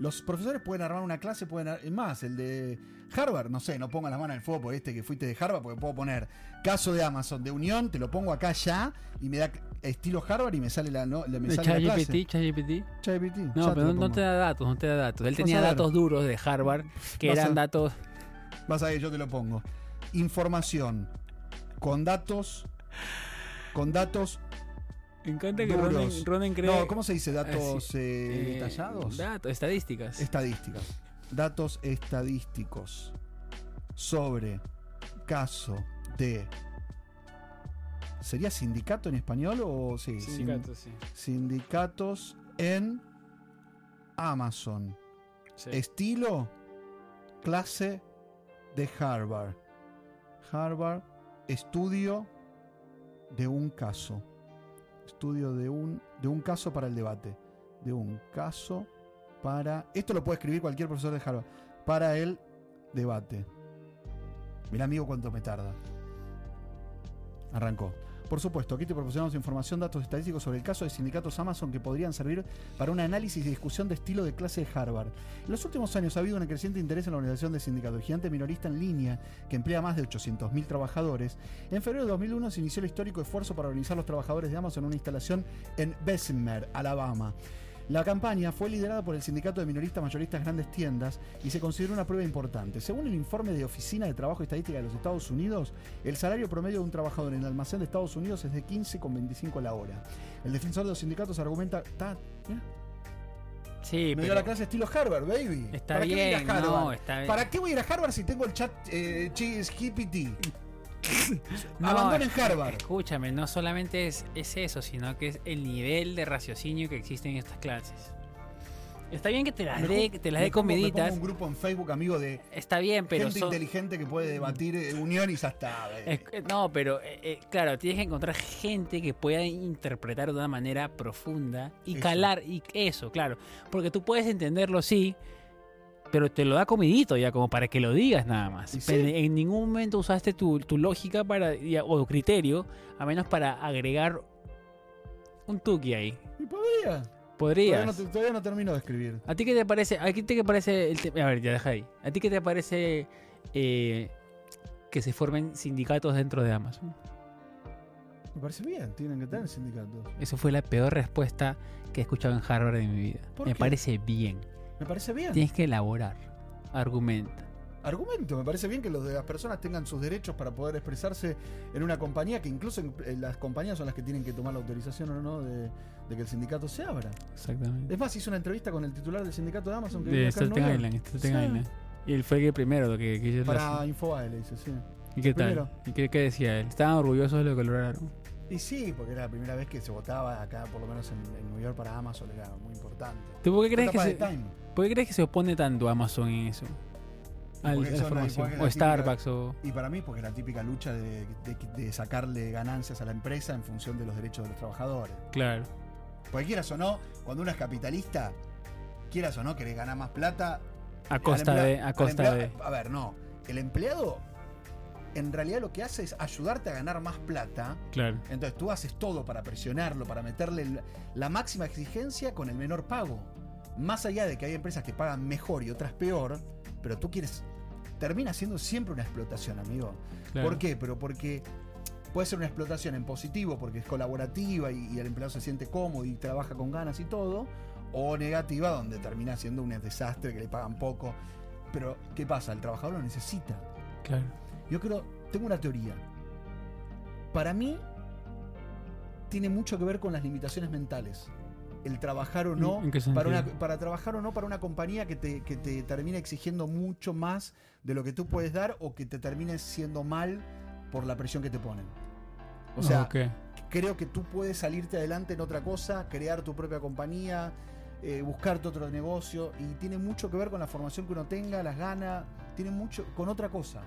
los profesores pueden armar una clase, pueden ar- es más, el de Harvard, no sé, no ponga las manos en el fuego por este que fuiste de Harvard, porque puedo poner caso de Amazon, de Unión, te lo pongo acá ya y me da estilo Harvard y me sale la, no, le- me sale la clase. ChatGPT, ChatGPT. ChatGPT, ya No, pero no, lo no te pongo. da datos, no te da datos. Él Vas tenía a ver. datos duros de Harvard, que Vas a- eran datos Vas a ver, yo te lo pongo. Información con datos con datos Me encanta que Duros. Ronen, Ronen cree. no, ¿cómo se dice? Ah, datos sí. eh, eh, detallados. Este, datos, estadísticas. Estadísticas. Datos estadísticos sobre caso de. ¿Sería sindicato en español o sí? sin- sí. sindicatos en Amazon. Estilo clase de Harvard. Harvard, estudio de un caso. Estudio de un, de un caso para el debate. De un caso para... Esto lo puede escribir cualquier profesor de Harvard. Para el debate. Mira amigo cuánto me tarda. Arrancó. Por supuesto, aquí te proporcionamos información, datos estadísticos sobre el caso de sindicatos Amazon que podrían servir para un análisis y discusión de estilo de clase de Harvard. En los últimos años ha habido un creciente interés en la organización de sindicatos, el gigante minorista en línea que emplea a más de 800.000 trabajadores. En febrero de 2001 se inició el histórico esfuerzo para organizar los trabajadores de Amazon en una instalación en Bessemer, Alabama. La campaña fue liderada por el Sindicato de Minoristas Mayoristas Grandes Tiendas y se consideró una prueba importante. Según el informe de Oficina de Trabajo y Estadística de los Estados Unidos, el salario promedio de un trabajador en el almacén de Estados Unidos es de 15,25 la hora. El defensor de los sindicatos argumenta, "Ta, mirá, Sí, me pero dio la clase estilo Harvard, baby. Está ¿Para qué voy a bien, ir a Harvard? no, está bien. ¿Para qué voy a ir a Harvard si tengo el chat eh, GPT? No, Abandonen Harvard. Escúchame, no solamente es, es eso, sino que es el nivel de raciocinio que existe en estas clases. Está bien que te las Me dé, ju- que te las me dé pongo- me pongo comiditas. un grupo en Facebook, amigo, de Está bien, pero gente son- inteligente que puede debatir eh, unión y ya está. baby. es- eh, no, pero eh, eh, claro, tienes que encontrar gente que pueda interpretar de una manera profunda y Eso. calar y eso, claro, porque tú puedes entenderlo sí, pero te lo da comidito ya como para que lo digas nada más. Y sí. Pero en ningún momento usaste tu, tu lógica para ya, o criterio, a menos para agregar un tuki ahí. Y podría. Todavía Podrías. no, todavía no termino de escribir. ¿A ti qué te parece? ¿A ti qué te parece? el te- a ver, ya deja ahí. ¿A ti qué te parece eh, que se formen sindicatos dentro de Amazon? Me parece bien, tienen que tener sindicatos. Eso fue la peor respuesta que he escuchado en Harvard de mi vida. ¿Por Me qué? parece bien. Me parece bien. Tienes que elaborar. Argumenta. Argumento, me parece bien que los de las personas tengan sus derechos para poder expresarse en una compañía, que incluso en- eh, las compañías son las que tienen que tomar la autorización o no de, de que el sindicato se abra. Exactamente. Es más, hice una entrevista con el titular del sindicato de Amazon que vive De acá en Staten Nueva York. Island, Staten Sí. Island. Y él fue el que primero que, que hizo la- Para Infobae le dice, sí. ¿Y qué primero. tal? ¿Y qué, qué decía él? Estaban orgullosos de lo que lograron. Y sí, porque era la primera vez que se votaba acá, por lo menos en, en Nueva York para Amazon, era muy importante. ¿Tú por qué crees, que Etapa se, de Time. por qué crees que se opone tanto Amazon en eso? Al- porque a la son ahí, formación. porque la O típica- Starbucks o... Y para mí, porque es la típica lucha de, de- de sacarle ganancias a la empresa en función de los derechos de los trabajadores. Claro. Porque quieras o no, cuando uno es capitalista, quieras o no, querés ganar más plata. A al costa emplea- de. A al costa de. emplea- A ver, no. El empleado, en realidad lo que hace es ayudarte a ganar más plata. Claro. Entonces tú haces todo para presionarlo, para meterle el- la máxima exigencia con el menor pago. Más allá de que hay empresas que pagan mejor y otras peor, pero tú quieres. Termina siendo siempre una explotación, amigo. claro. ¿Por qué? Pero porque puede ser una explotación en positivo, porque es colaborativa y, y el empleado se siente cómodo y trabaja con ganas y todo, o negativa, donde termina siendo un desastre que le pagan poco. Pero, ¿qué pasa? El trabajador lo necesita. Claro. Yo creo, tengo una teoría. Para mí, tiene mucho que ver con las limitaciones mentales. El trabajar o no, ¿En qué para, una- sentido? para trabajar o no para una compañía que te, que te termina exigiendo mucho más de lo que tú puedes dar o que te termine siendo mal por la presión que te ponen. O Ah, sea, Ok. creo que tú puedes salirte adelante en otra cosa, crear tu propia compañía, eh, buscarte otro negocio. Y tiene mucho que ver con la formación que uno tenga, las ganas, tiene mucho con otra cosa.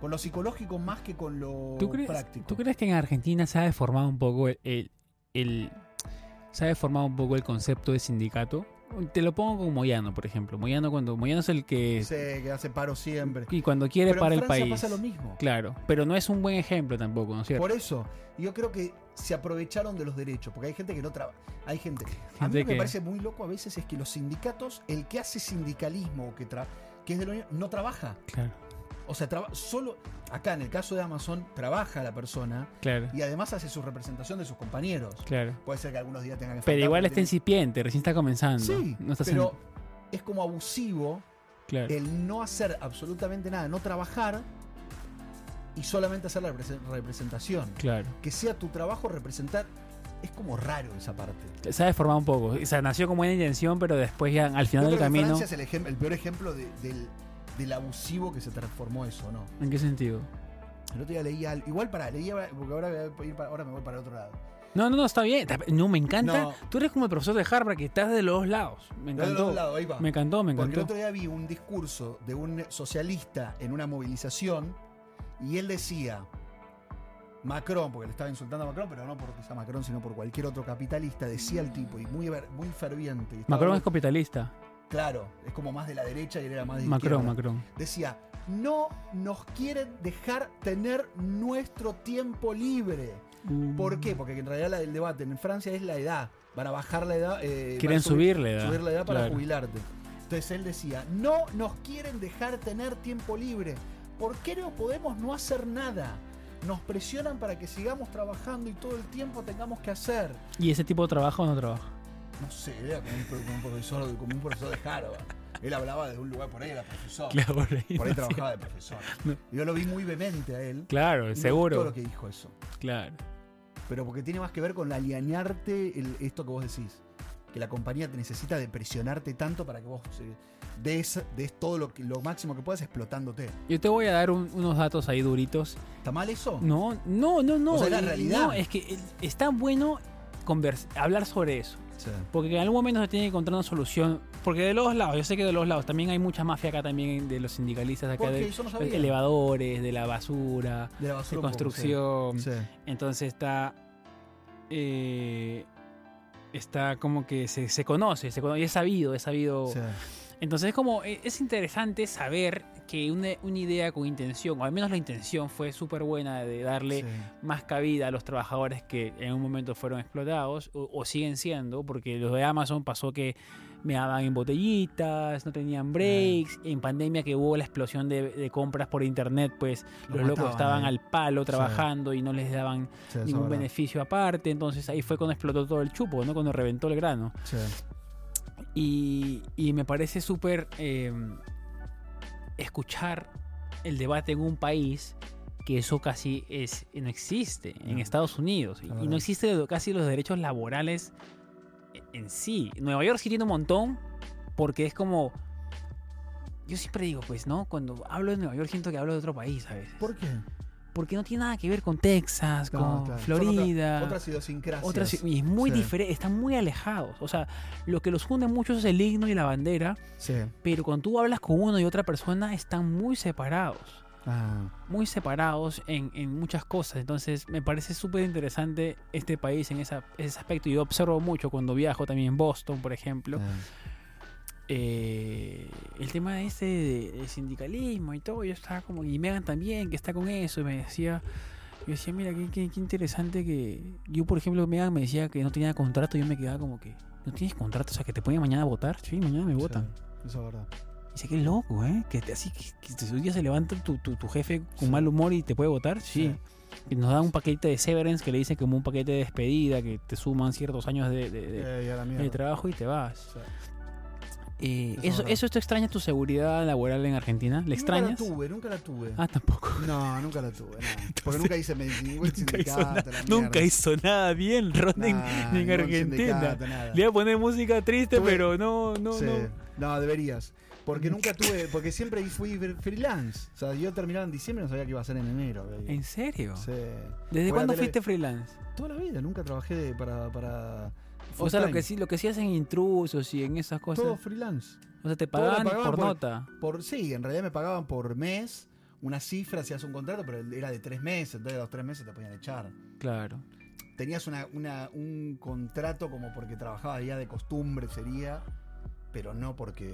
Con lo psicológico más que con lo ¿Tú crees, práctico. ¿Tú crees que en Argentina se ha deformado un poco el, el- el- se ha deformado un poco el concepto de sindicato? Te lo pongo con Moyano, por ejemplo. Moyano cuando Moyano es el que Sé que hace paro siempre. y cuando quiere Pero en para el Francia país. pasa lo mismo. Claro, pero no es un buen ejemplo tampoco, ¿no es cierto? Por eso, yo creo que se aprovecharon de los derechos, porque hay gente que no trabaja. Hay gente. a mí Gente lo que que- me parece muy loco a veces es que los sindicatos, el que hace sindicalismo o que, tra- que es de la Unión, no trabaja. Claro, O sea, traba- solo. Acá, en el caso de Amazon, trabaja la persona claro, y además hace su representación de sus compañeros. claro. Puede ser que algunos días tengan que Pero faltar igual está porque incipiente, recién está comenzando. tienen- Sí, no está pero eh es como abusivo claro. el no hacer absolutamente nada, no trabajar y solamente hacer la represen- representación Claro. que sea tu trabajo representar. Es como raro esa parte. Se ha deformado un poco. O sea, nació con buena intención, pero después ya al Yo final del creo que camino. Francia es el, ejem- el peor ejemplo de- del, del abusivo que se transformó eso, ¿no? ¿En qué sentido? El otro día leía al- Igual para, leía, porque ahora, voy a ir para- ahora me voy para el otro lado. No, no, no, está bien. está- No, me encanta. No. Tú eres como el profesor de Harvard que estás de los dos lados. Me Del otro encantó. lado, ahí va. Me encantó, me Porque el encantó. otro día vi un discurso de un socialista en una movilización y él decía, Macron, porque le estaba insultando a Macron, pero no porque sea Macron, sino por cualquier otro capitalista, decía el tipo, y muy, ver- muy ferviente. y estaba- Macron es capitalista. Claro, es como más de la derecha y él era más de Macron, izquierda. Macron. decía, no nos quieren dejar tener nuestro tiempo libre. Mm. ¿Por qué? Porque en realidad la del debate en Francia es la edad. Van a bajar la edad. eh, van Quieren a subir, subirle, ¿verdad? subir la edad para Claro. jubilarte. Entonces él decía, no nos quieren dejar tener tiempo libre. ¿Por qué no podemos no hacer nada? Nos presionan para que sigamos trabajando y todo el tiempo tengamos que hacer. ¿Y ese tipo de trabajo o no trabaja? No sé, era como un, como un profesor, como un profesor de Harvard. Él hablaba de un lugar por ahí, era profesor. Claro, por ahí Por ahí no trabajaba de profesor. No. Yo lo vi muy vehemente a él. sé. Claro, Todo seguro. lo que dijo eso. Claro. Pero porque tiene más que ver con alinearte el- esto que vos decís. Que la compañía te necesita de presionarte tanto para que vos eh, des, des todo lo, que- lo máximo que puedas explotándote. Yo te voy a dar un- unos datos ahí duritos. ¿Está mal eso? No, no, no, no. O sea, la eh, realidad. No, es que eh, es tan bueno convers- hablar sobre eso. Sí. Porque en algún momento se tiene que encontrar una solución. Porque de los dos lados, yo sé que de los dos lados también hay mucha mafia acá también de los sindicalistas acá Porque de yo no sabía. de elevadores, de la basura, de de la basura. un poco, construcción. sí. Sí. Entonces está. eh, está como que se, se conoce, se conoce, y es sabido, es sabido. sí. Entonces es como, eh, es interesante saber que una, una idea con intención, o al menos la intención fue súper buena de darle Sí. más cabida a los trabajadores que en un momento fueron explotados o, o siguen siendo, porque los de Amazon pasó que me daban en botellitas, no tenían breaks, Mm. en pandemia que hubo la explosión de, de compras por internet, pues Los los, locos mataban, estaban eh. al palo trabajando y no les daban Sí, eso ningún es verdad. beneficio aparte, entonces ahí fue cuando explotó todo el chupo, ¿no? Cuando reventó el grano. Sí. Y, y me parece súper eh, escuchar el debate en un país que eso casi es, no existe en No. Estados Unidos. Y, La y verdad. no existe lo- casi los derechos laborales e- en sí. Nueva York sí tiene un montón porque es como... Yo siempre digo, pues, ¿no? Cuando hablo de Nueva York siento que hablo de otro país a veces. ¿Por qué? Porque no tiene nada que ver con Texas, No, con claro. Son otra- Florida otras idiosincrasias. otras ci- y es muy Sí. diferente, están muy alejados. O sea, lo que los une mucho es el himno y la bandera, Sí. pero cuando tú hablas con uno y otra persona están muy separados, Ah, muy separados en, en muchas cosas. Entonces, me parece súper interesante este país en esa- ese aspecto. Yo observo mucho cuando viajo también en Boston, por ejemplo, ah. eh, el tema ese de- del sindicalismo y todo. Yo estaba como, y Megan también, que está con eso, y me decía. Yo decía, mira, qué, qué- qué interesante que. Yo, por ejemplo, Megan me decía que no tenía contrato. Yo me quedaba como que. ¿No tienes contrato? O sea, que te pueden mañana votar. Sí, mañana me votan. Sí, Eso es verdad. Dice, qué loco, ¿eh? Que te- así que, que te- un día se levanta tu, tu- tu jefe con Sí. mal humor y te puede votar. Sí. Y nos da un paquete de severance que le dicen como un paquete de despedida, que te suman ciertos años de, de- de- Eh, y a la de mierda. trabajo y te vas. Sí. Eh, Eso es eso, verdad. ¿Eso te extraña tu seguridad laboral en Argentina? ¿Le extrañas? Nunca la tuve, nunca la tuve. Ah, tampoco. No, nunca la tuve. no. Porque nunca hice ningún Nunca hizo, sindicato. nada, la nunca mierda. hizo nada bien Ronen Nah, en ningún Argentina. Ah, sindicato, nada. Le iba a poner música triste, Tuve- pero no, no, Sí. no. No, deberías. Porque nunca tuve, porque siempre fui fr- freelance. O sea, yo terminaba en diciembre y no sabía que iba a ser en enero. baby. ¿En serio? Sí. ¿Desde Voy a cuándo tele- fuiste freelance? Toda la vida, nunca trabajé para, para Full O sea, lo time. que sí, lo que sí hacen intrusos y en esas cosas. Todo freelance. o sea, te todo lo pagaban pagaban por por- nota. Por, sí, en realidad me pagaban por mes una cifra si haces un contrato, pero era de tres meses, entonces a los tres meses te podían echar. Claro. Tenías una, una- un contrato como porque trabajabas ya de costumbre, sería, pero no porque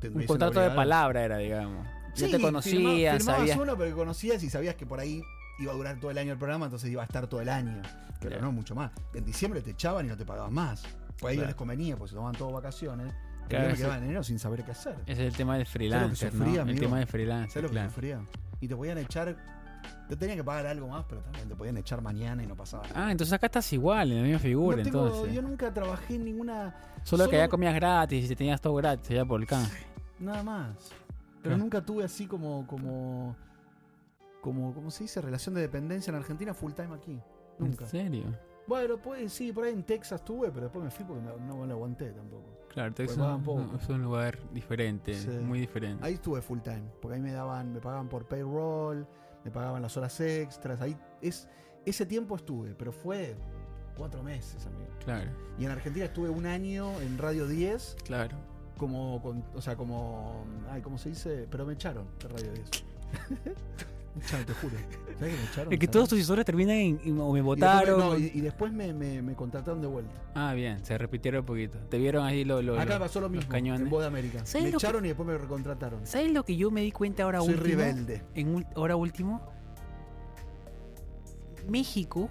te Un hubiesen contrato de obligado. palabra era, digamos. Sí, ya te firma- conocías, firmabas sabías. uno, pero que conocías y sabías que por ahí iba a durar todo el año el programa, entonces iba a estar todo el año. Pero Claro. no mucho más. En diciembre te echaban y no te pagaban más. Pues a ellos Claro. les convenía, porque se tomaban todas vacaciones. Y Claro, yo me ese- quedaba en enero sin saber qué hacer. Ese es el tema del lo que freelancer, sufrí, ¿no? El amigo? tema del freelancer. ¿Sabes lo que claro. sufría? Y te podían echar. Te tenían que pagar algo más, pero también te podían echar mañana y no pasaba nada. Ah, entonces acá estás igual, en la misma figura, No tengo- entonces. Yo nunca trabajé en ninguna. Solo que solo- allá comías gratis y te tenías todo gratis allá por el canje. Nada más. Pero Claro. nunca tuve así como. como como, ¿cómo se dice? Relación de dependencia en Argentina full time aquí. Nunca. ¿En serio? Bueno, pues sí, por ahí en Texas tuve, pero después me fui porque no, no lo aguanté tampoco. Claro, Pues Texas pagan es un- poco. es un lugar diferente, Sí. muy diferente. Ahí estuve full time, porque ahí me daban, me pagaban por payroll, me pagaban las horas extras, ahí es ese tiempo estuve, pero fue cuatro meses, amigo. Claro, Y en Argentina estuve un año en Radio 10 claro. como con- o sea, como ay, ¿cómo se dice? Pero me echaron de Radio 10. me echaron, te juro. ¿Sabes que me echaron? Es que ¿Sabés? todos tus historias terminan en, en- o me Y después me- votaron. no, y, y después me, me- me contrataron de vuelta. Ah, bien, se repitieron un poquito. Te vieron ahí lo, lo- Acá lo- pasó lo los mismo en cañones. Voz de América. ¿Sabés Me lo que- echaron y después me recontrataron. ¿Sabes lo que yo me di cuenta ahora Soy último? rebelde. En ul- ahora último. México.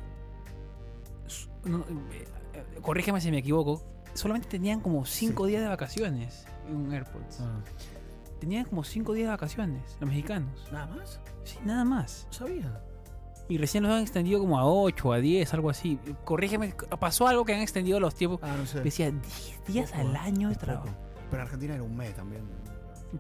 s- no, eh, eh, corrígeme si me equivoco. Solamente tenían como 5 días de vacaciones en un AirPods. Tenían como 5 días de vacaciones los mexicanos. ¿Nada más? Sí, nada más. No sabía. Y recién los han extendido como a 8, a 10, algo así. Corrígeme, pasó algo que han extendido los tiempos. Ah, no sé. Decía 10 días Poco, ¿eh? al año de Es poco. trabajo. Pero en Argentina era un mes también.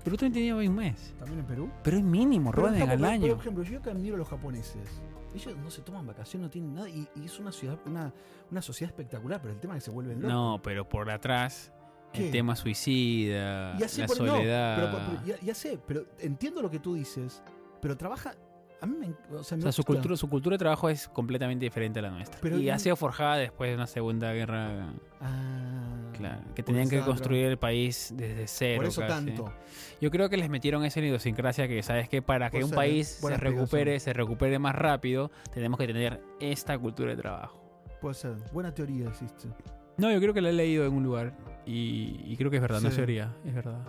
Pero tú tenía un mes. ¿También en Perú? Pero es mínimo, Pero en Roden, Japón, al por- año. Por ejemplo, yo que admiro a los japoneses. Ellos no se toman vacaciones, no tienen nada. Y, y es una ciudad, una, una sociedad espectacular, pero el tema es que se vuelven locos. No, pero por atrás, ¿Qué? el tema suicida, Ya sé, la por- no, soledad. pero por- pero ya, ya sé, pero entiendo lo que tú dices. Pero trabaja. A mí me. en- O sea, o me sea, su gusta. cultura, su cultura de trabajo es completamente diferente a la nuestra. Pero y yo- ha sido forjada después de una segunda guerra, Ah, claro, que por tenían que esa- construir el país desde cero. Por eso casi. tanto. Yo creo que les metieron esa idiosincrasia que, ¿sabes que Para que Puede un ser, país se buena explicación. recupere, se recupere más rápido, tenemos que tener esta cultura de trabajo. Puede ser. Buena teoría existe. No, yo creo que la he leído en un lugar y, y creo que es verdad, no es Sí. teoría, es verdad.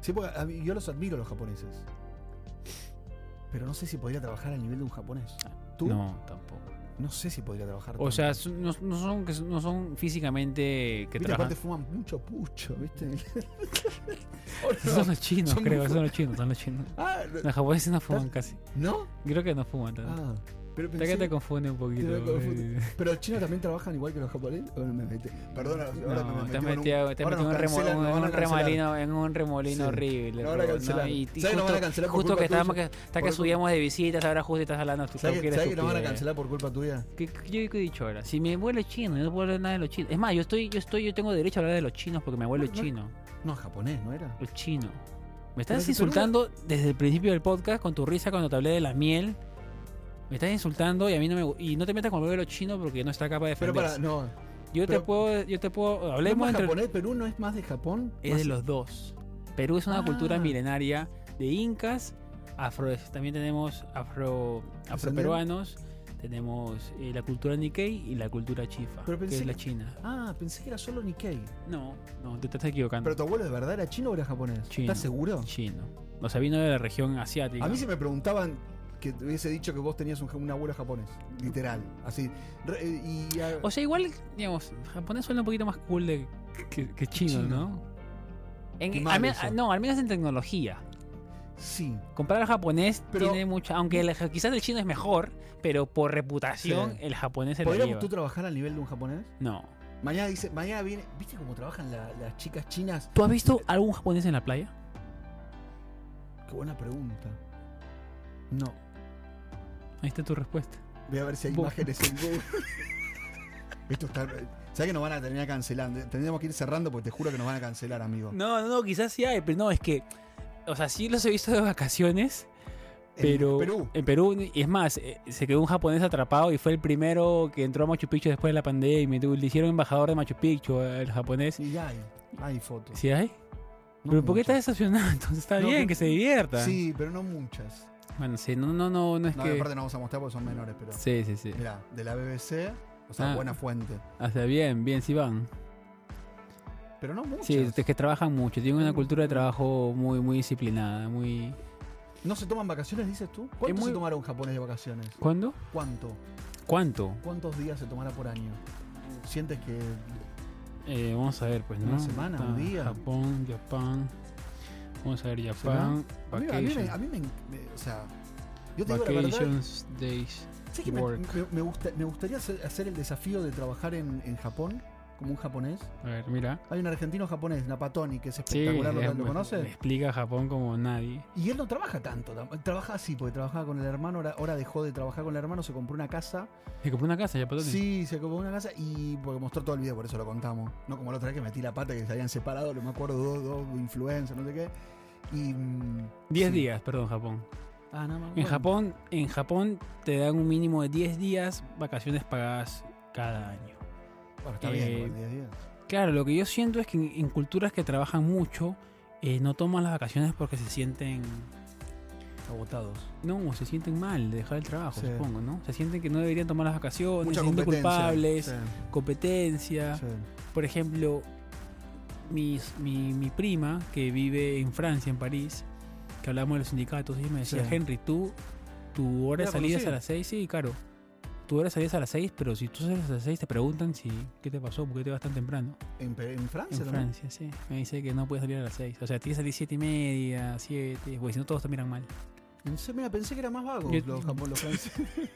Sí, porque a mí- yo los admiro a los japoneses. Pero no sé si podría trabajar al nivel de un japonés. ¿Tú? No, tampoco. No sé si podría trabajar. O sea, tanto. son- no, no son, que- no son físicamente que Viste, aparte trabajan. fuman mucho pucho, ¿viste? Son los chinos, Son muy creo, fu- son los chinos, son los chinos. ah, Los japoneses no fuman casi. ¿no? Creo que no fuman tanto. Ah, pero Hasta que pensé- te confunde un poquito. Te confunde. eh. Pero los chinos también trabajan igual que los japoneses. Ahora me metí- Perdona, ahora me No, metí te has en un- metido, te has ahora metido nos en un remo- cancelan, nos en van a un cancelar. remolino, en un remolino Sí, horrible. nos van a Rob, ¿no? cancelar. Y, y ¿Sabes que nos van a justo, cancelar por justo culpa que estábamos que, tuya? hasta que Por- subíamos de visitas, ahora justo estás hablando tú. ¿Sabes que, eres sabes que nos van a estupidez. cancelar por culpa tuya? ¿Qué, qué, qué he dicho ahora? Si mi abuelo es chino, yo no puedo hablar nada de los chinos. Es más, yo estoy, yo estoy, yo tengo derecho a hablar de los chinos porque mi abuelo es No, no. chino. No, japonés, ¿no era? Los chinos. Me Pero estás si Perú- insultando desde el principio del podcast con tu risa cuando te hablé de la miel. Me estás insultando y a mí no me gu- y no te metas con el abuelo chino porque no está capaz de Pero para, defenderse. no. yo pero- te puedo, yo te puedo, ¿No es hablemos más entre japonés? ¿Perú no es más de Japón? es Más- de los dos. Perú es una Ah. cultura milenaria de incas, afro, también tenemos afro afroperuanos, tenemos eh, la cultura Nikkei y la cultura Chifa, Pero que pensé es la que- China. Ah, pensé que era solo Nikkei. No, no, te estás equivocando. ¿Pero tu abuelo de verdad era chino o era japonés? Chino. ¿Estás seguro? Chino. O sea, vino de la región asiática. A mí si me preguntaban que te hubiese dicho que vos tenías un, ja- un abuelo japonés. Literal. Así. Re- eh, y, ah, O sea, igual, digamos, japonés suena un poquito más cool de- que, que chino, Chino. ¿no? En- Qué al mal men- eso. no, al menos en tecnología. sí. Comparar al japonés Pero- tiene mucha. Aunque el- quizás el chino es mejor, pero por reputación Sí. el japonés se la ¿Podríamos lleva. tú trabajar al nivel de un japonés? No. Mañana dice, mañana viene, ¿viste cómo trabajan la- las chicas chinas? ¿Tú has visto algún japonés en la playa? Qué buena pregunta. No. Ahí está tu respuesta. Voy a ver si hay Bu- imágenes en Google. Esto está. ¿Sabes que nos van a terminar cancelando? Tendríamos que ir cerrando porque te juro que nos van a cancelar, amigo. No, no, no, quizás sí hay, pero no, es que. O sea, sí los he visto de vacaciones, Pero Perú. en Perú, y es más, eh, se quedó un japonés atrapado y fue el primero que entró a Machu Picchu después de la pandemia. y tú- Le hicieron embajador de Machu Picchu al japonés. Sí, ya hay. Hay fotos. ¿Sí hay? No ¿Pero por qué está muchas. decepcionado? Entonces está No, bien, que- que, se divierta. Sí, pero no muchas. Bueno, sí, no, no, no, no es No, que... aparte no vamos a mostrar porque son menores, pero. Sí, sí, sí. Mirá, de la BBC, o sea, Ah. buena fuente. O sea, bien, bien, sí van. Pero no muchas. Sí, es que trabajan mucho, tienen una cultura de trabajo muy, muy disciplinada, muy... ¿No se toman vacaciones, dices tú? ¿Cuánto muy- se tomaron japonés de vacaciones? ¿Cuándo? ¿Cuánto? ¿Cuánto? ¿Cuántos días se tomará por año? ¿Sientes que Eh, vamos a ver, pues, ¿no? Una semana, un Está día. Japón, Japón. Vamos a ver, Japón. A mí, a mí me, Vacation. a mí me enc- me- O sea, yo te digo la verdad. Vacations Days. ¿sabes que me, work. me- me gusta- me gustaría hacer hacer el desafío de trabajar en, en Japón, como un japonés. A ver, mira. Hay un argentino japonés, Napatoni, que es Sí, espectacular, ¿lo- es- ¿lo, conoce? Explica Japón como nadie. Y él no trabaja tanto, tam- trabaja así, porque trabajaba con el hermano, ahora, ahora dejó de trabajar con el hermano, se compró una casa. Se compró una casa, ya patón. Sí, se compró una casa y porque mostró todo el video, por eso lo contamos. No como la otra vez que metí la pata que se habían separado, no me acuerdo, dos, dos influencers, no sé qué. Y. mm, 10 sí. días, perdón, Japón. Ah, nada más. En Japón, en Japón te dan un mínimo de 10 días vacaciones pagadas cada año. Bueno, está eh, bien, con 10 días. Claro, lo que yo siento es que en, en culturas que trabajan mucho, eh, no toman las vacaciones porque se sienten Agotados. No, se sienten mal de dejar el trabajo, Sí. supongo, ¿no? Se sienten que no deberían tomar las vacaciones, se sienten culpables, Ah. Sí, competencia. sí. Por ejemplo, mis- mi, mi prima, que vive en Francia, en París, que hablamos de los sindicatos, y me decía, Sí. Henry, tú, tu hora de Ya salida es a conocí. las 6, sí, claro. Tu hora de salida es a las 6, pero si tú sales a las 6 te preguntan si qué te pasó, por qué te vas tan temprano. En, Pe- en Francia En también. Francia, sí. Me dice que no puedes salir a las 6. O sea, tienes que salir 7 y media, 7, güey, si no todos te miran mal. No sé, mira, pensé que eran más vagos Yo- los, japon- los franceses.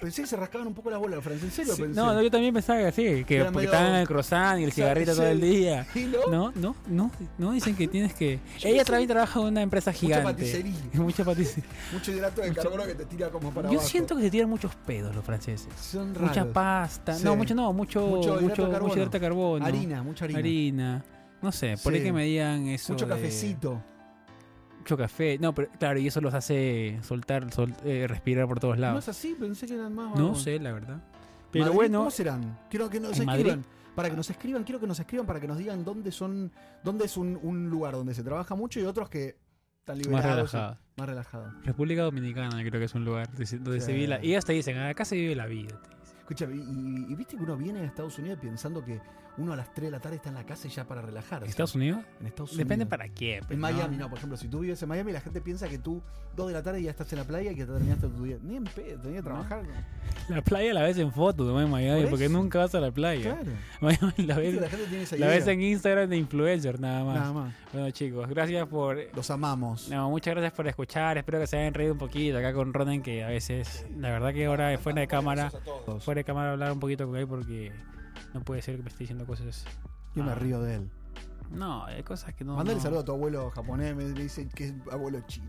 pensé que se rascaban un poco las bolas los franceses. ¿En serio Sí, pensé? no, no, yo también pensaba que sí, que Era porque medio- estaban en el croissant y el Claro, cigarrito todo el sí. día. ¿Y no? No, no, no, no dicen que tienes que. Yo Ella pensé- también trabaja en una empresa Mucha gigante. paticería. Mucha paticería. Mucho hidrato de Mucha- carbono que te tira como para Yo abajo. siento que se tiran muchos pedos los franceses. Son raros. Mucha pasta. No, Sí. mucho no, mucho Mucho mucho hidrato de carbono. mucho hidrato de carbono. Harina, mucha harina. Harina. No sé, por ahí Sí. que me digan eso. Mucho de- cafecito. Mucho café. No, pero claro, y eso los hace soltar, sol- eh, respirar por todos No lados. es así, pensé que eran más No, vagos. sé, la verdad. Pero Pero bueno. ¿Cómo serán? Quiero que nos ¿En Madrid? escriban. Para que nos escriban, quiero que nos escriban para que nos digan dónde son, dónde es un, un lugar donde se trabaja mucho y otros que están Más liberados. relajado. y- Más relajado. República Dominicana creo que es un lugar donde se- donde se Sí. vive la... Y hasta dicen, acá se vive la vida. te dicen. Escúchame, y, y- y viste que uno viene a Estados Unidos pensando que uno a las 3 de la tarde está en la casa y ya para relajarse. ¿Estados Unidos? En Estados Unidos. Depende para qué. pues, En ¿no? Miami, no, por ejemplo, si tú vives en Miami, la gente piensa que tú 2 de la tarde ya estás en la playa y que te terminaste tu día. Ni en pedo, tenía que trabajar. La playa la ves en fotos, ¿no? En Miami, Por porque eso. nunca vas a la playa. Claro. Miami la Viste que La ves, gente tiene esa la idea. ves en Instagram de influencer nada más. Nada más. Bueno, chicos, gracias por... Los amamos. No, muchas gracias por escuchar. Espero que se hayan reído un poquito acá con Ronen, que a veces, la verdad que ahora fuera de cámara, fuera de cámara hablar un poquito con él porque no puede ser que me esté diciendo cosas... Yo me Ah. río de él. No, hay cosas que no... Mandale no. saludo a tu abuelo japonés, me dice que es abuelo chino.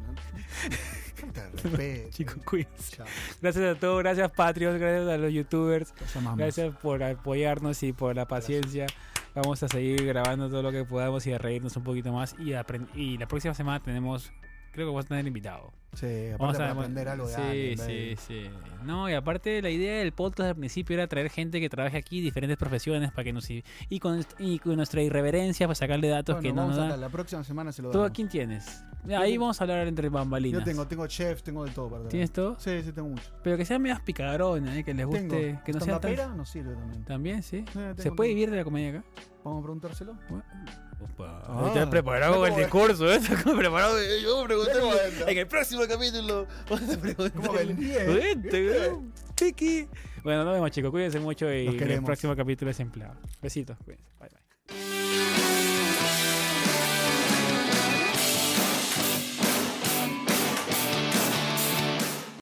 Falta de respeto. Chicos, cuídense. Chao, Gracias a todos, gracias Patreon, gracias a los youtubers. los amamos. Gracias por apoyarnos y por la paciencia. Vamos a seguir grabando todo lo que podamos y a reírnos un poquito más. Y, apren- y la próxima semana tenemos, creo que vamos a tener invitado. Sí, Vamos aparte para aprender algo de Sí, alguien, sí, baby. sí. No, y aparte la idea del podcast al principio era traer gente que trabaje aquí, diferentes profesiones, para que nos... Y y con, y con nuestra irreverencia, para sacarle datos Bueno, que no vamos nos a dan. la próxima semana se lo ¿Tú damos. a quién tienes? Ahí tengo- vamos a hablar entre bambalinas. Yo tengo, tengo chef, tengo de todo para ¿Tienes todo? Sí, sí, tengo mucho. Pero que sean medias picarones, eh, que les guste... Tengo. Que no sean tan... pera nos sirve también. También, sí. Sí, tengo ¿Se puede todo. vivir de la comedia acá? Vamos a preguntárselo. Opa, Ah. está preparado con el ¿Cómo discurso, ¿eh? Está preparado. Yo Mira cómo entra. pregunté en el próximo capítulo. ¿Cómo vendí, eh? Vente, weón. Tiki. Bueno, nos vemos, chicos. Cuídense mucho y Los el queremos. próximo capítulo es empleado. Besitos. Cuídense. Bye, bye.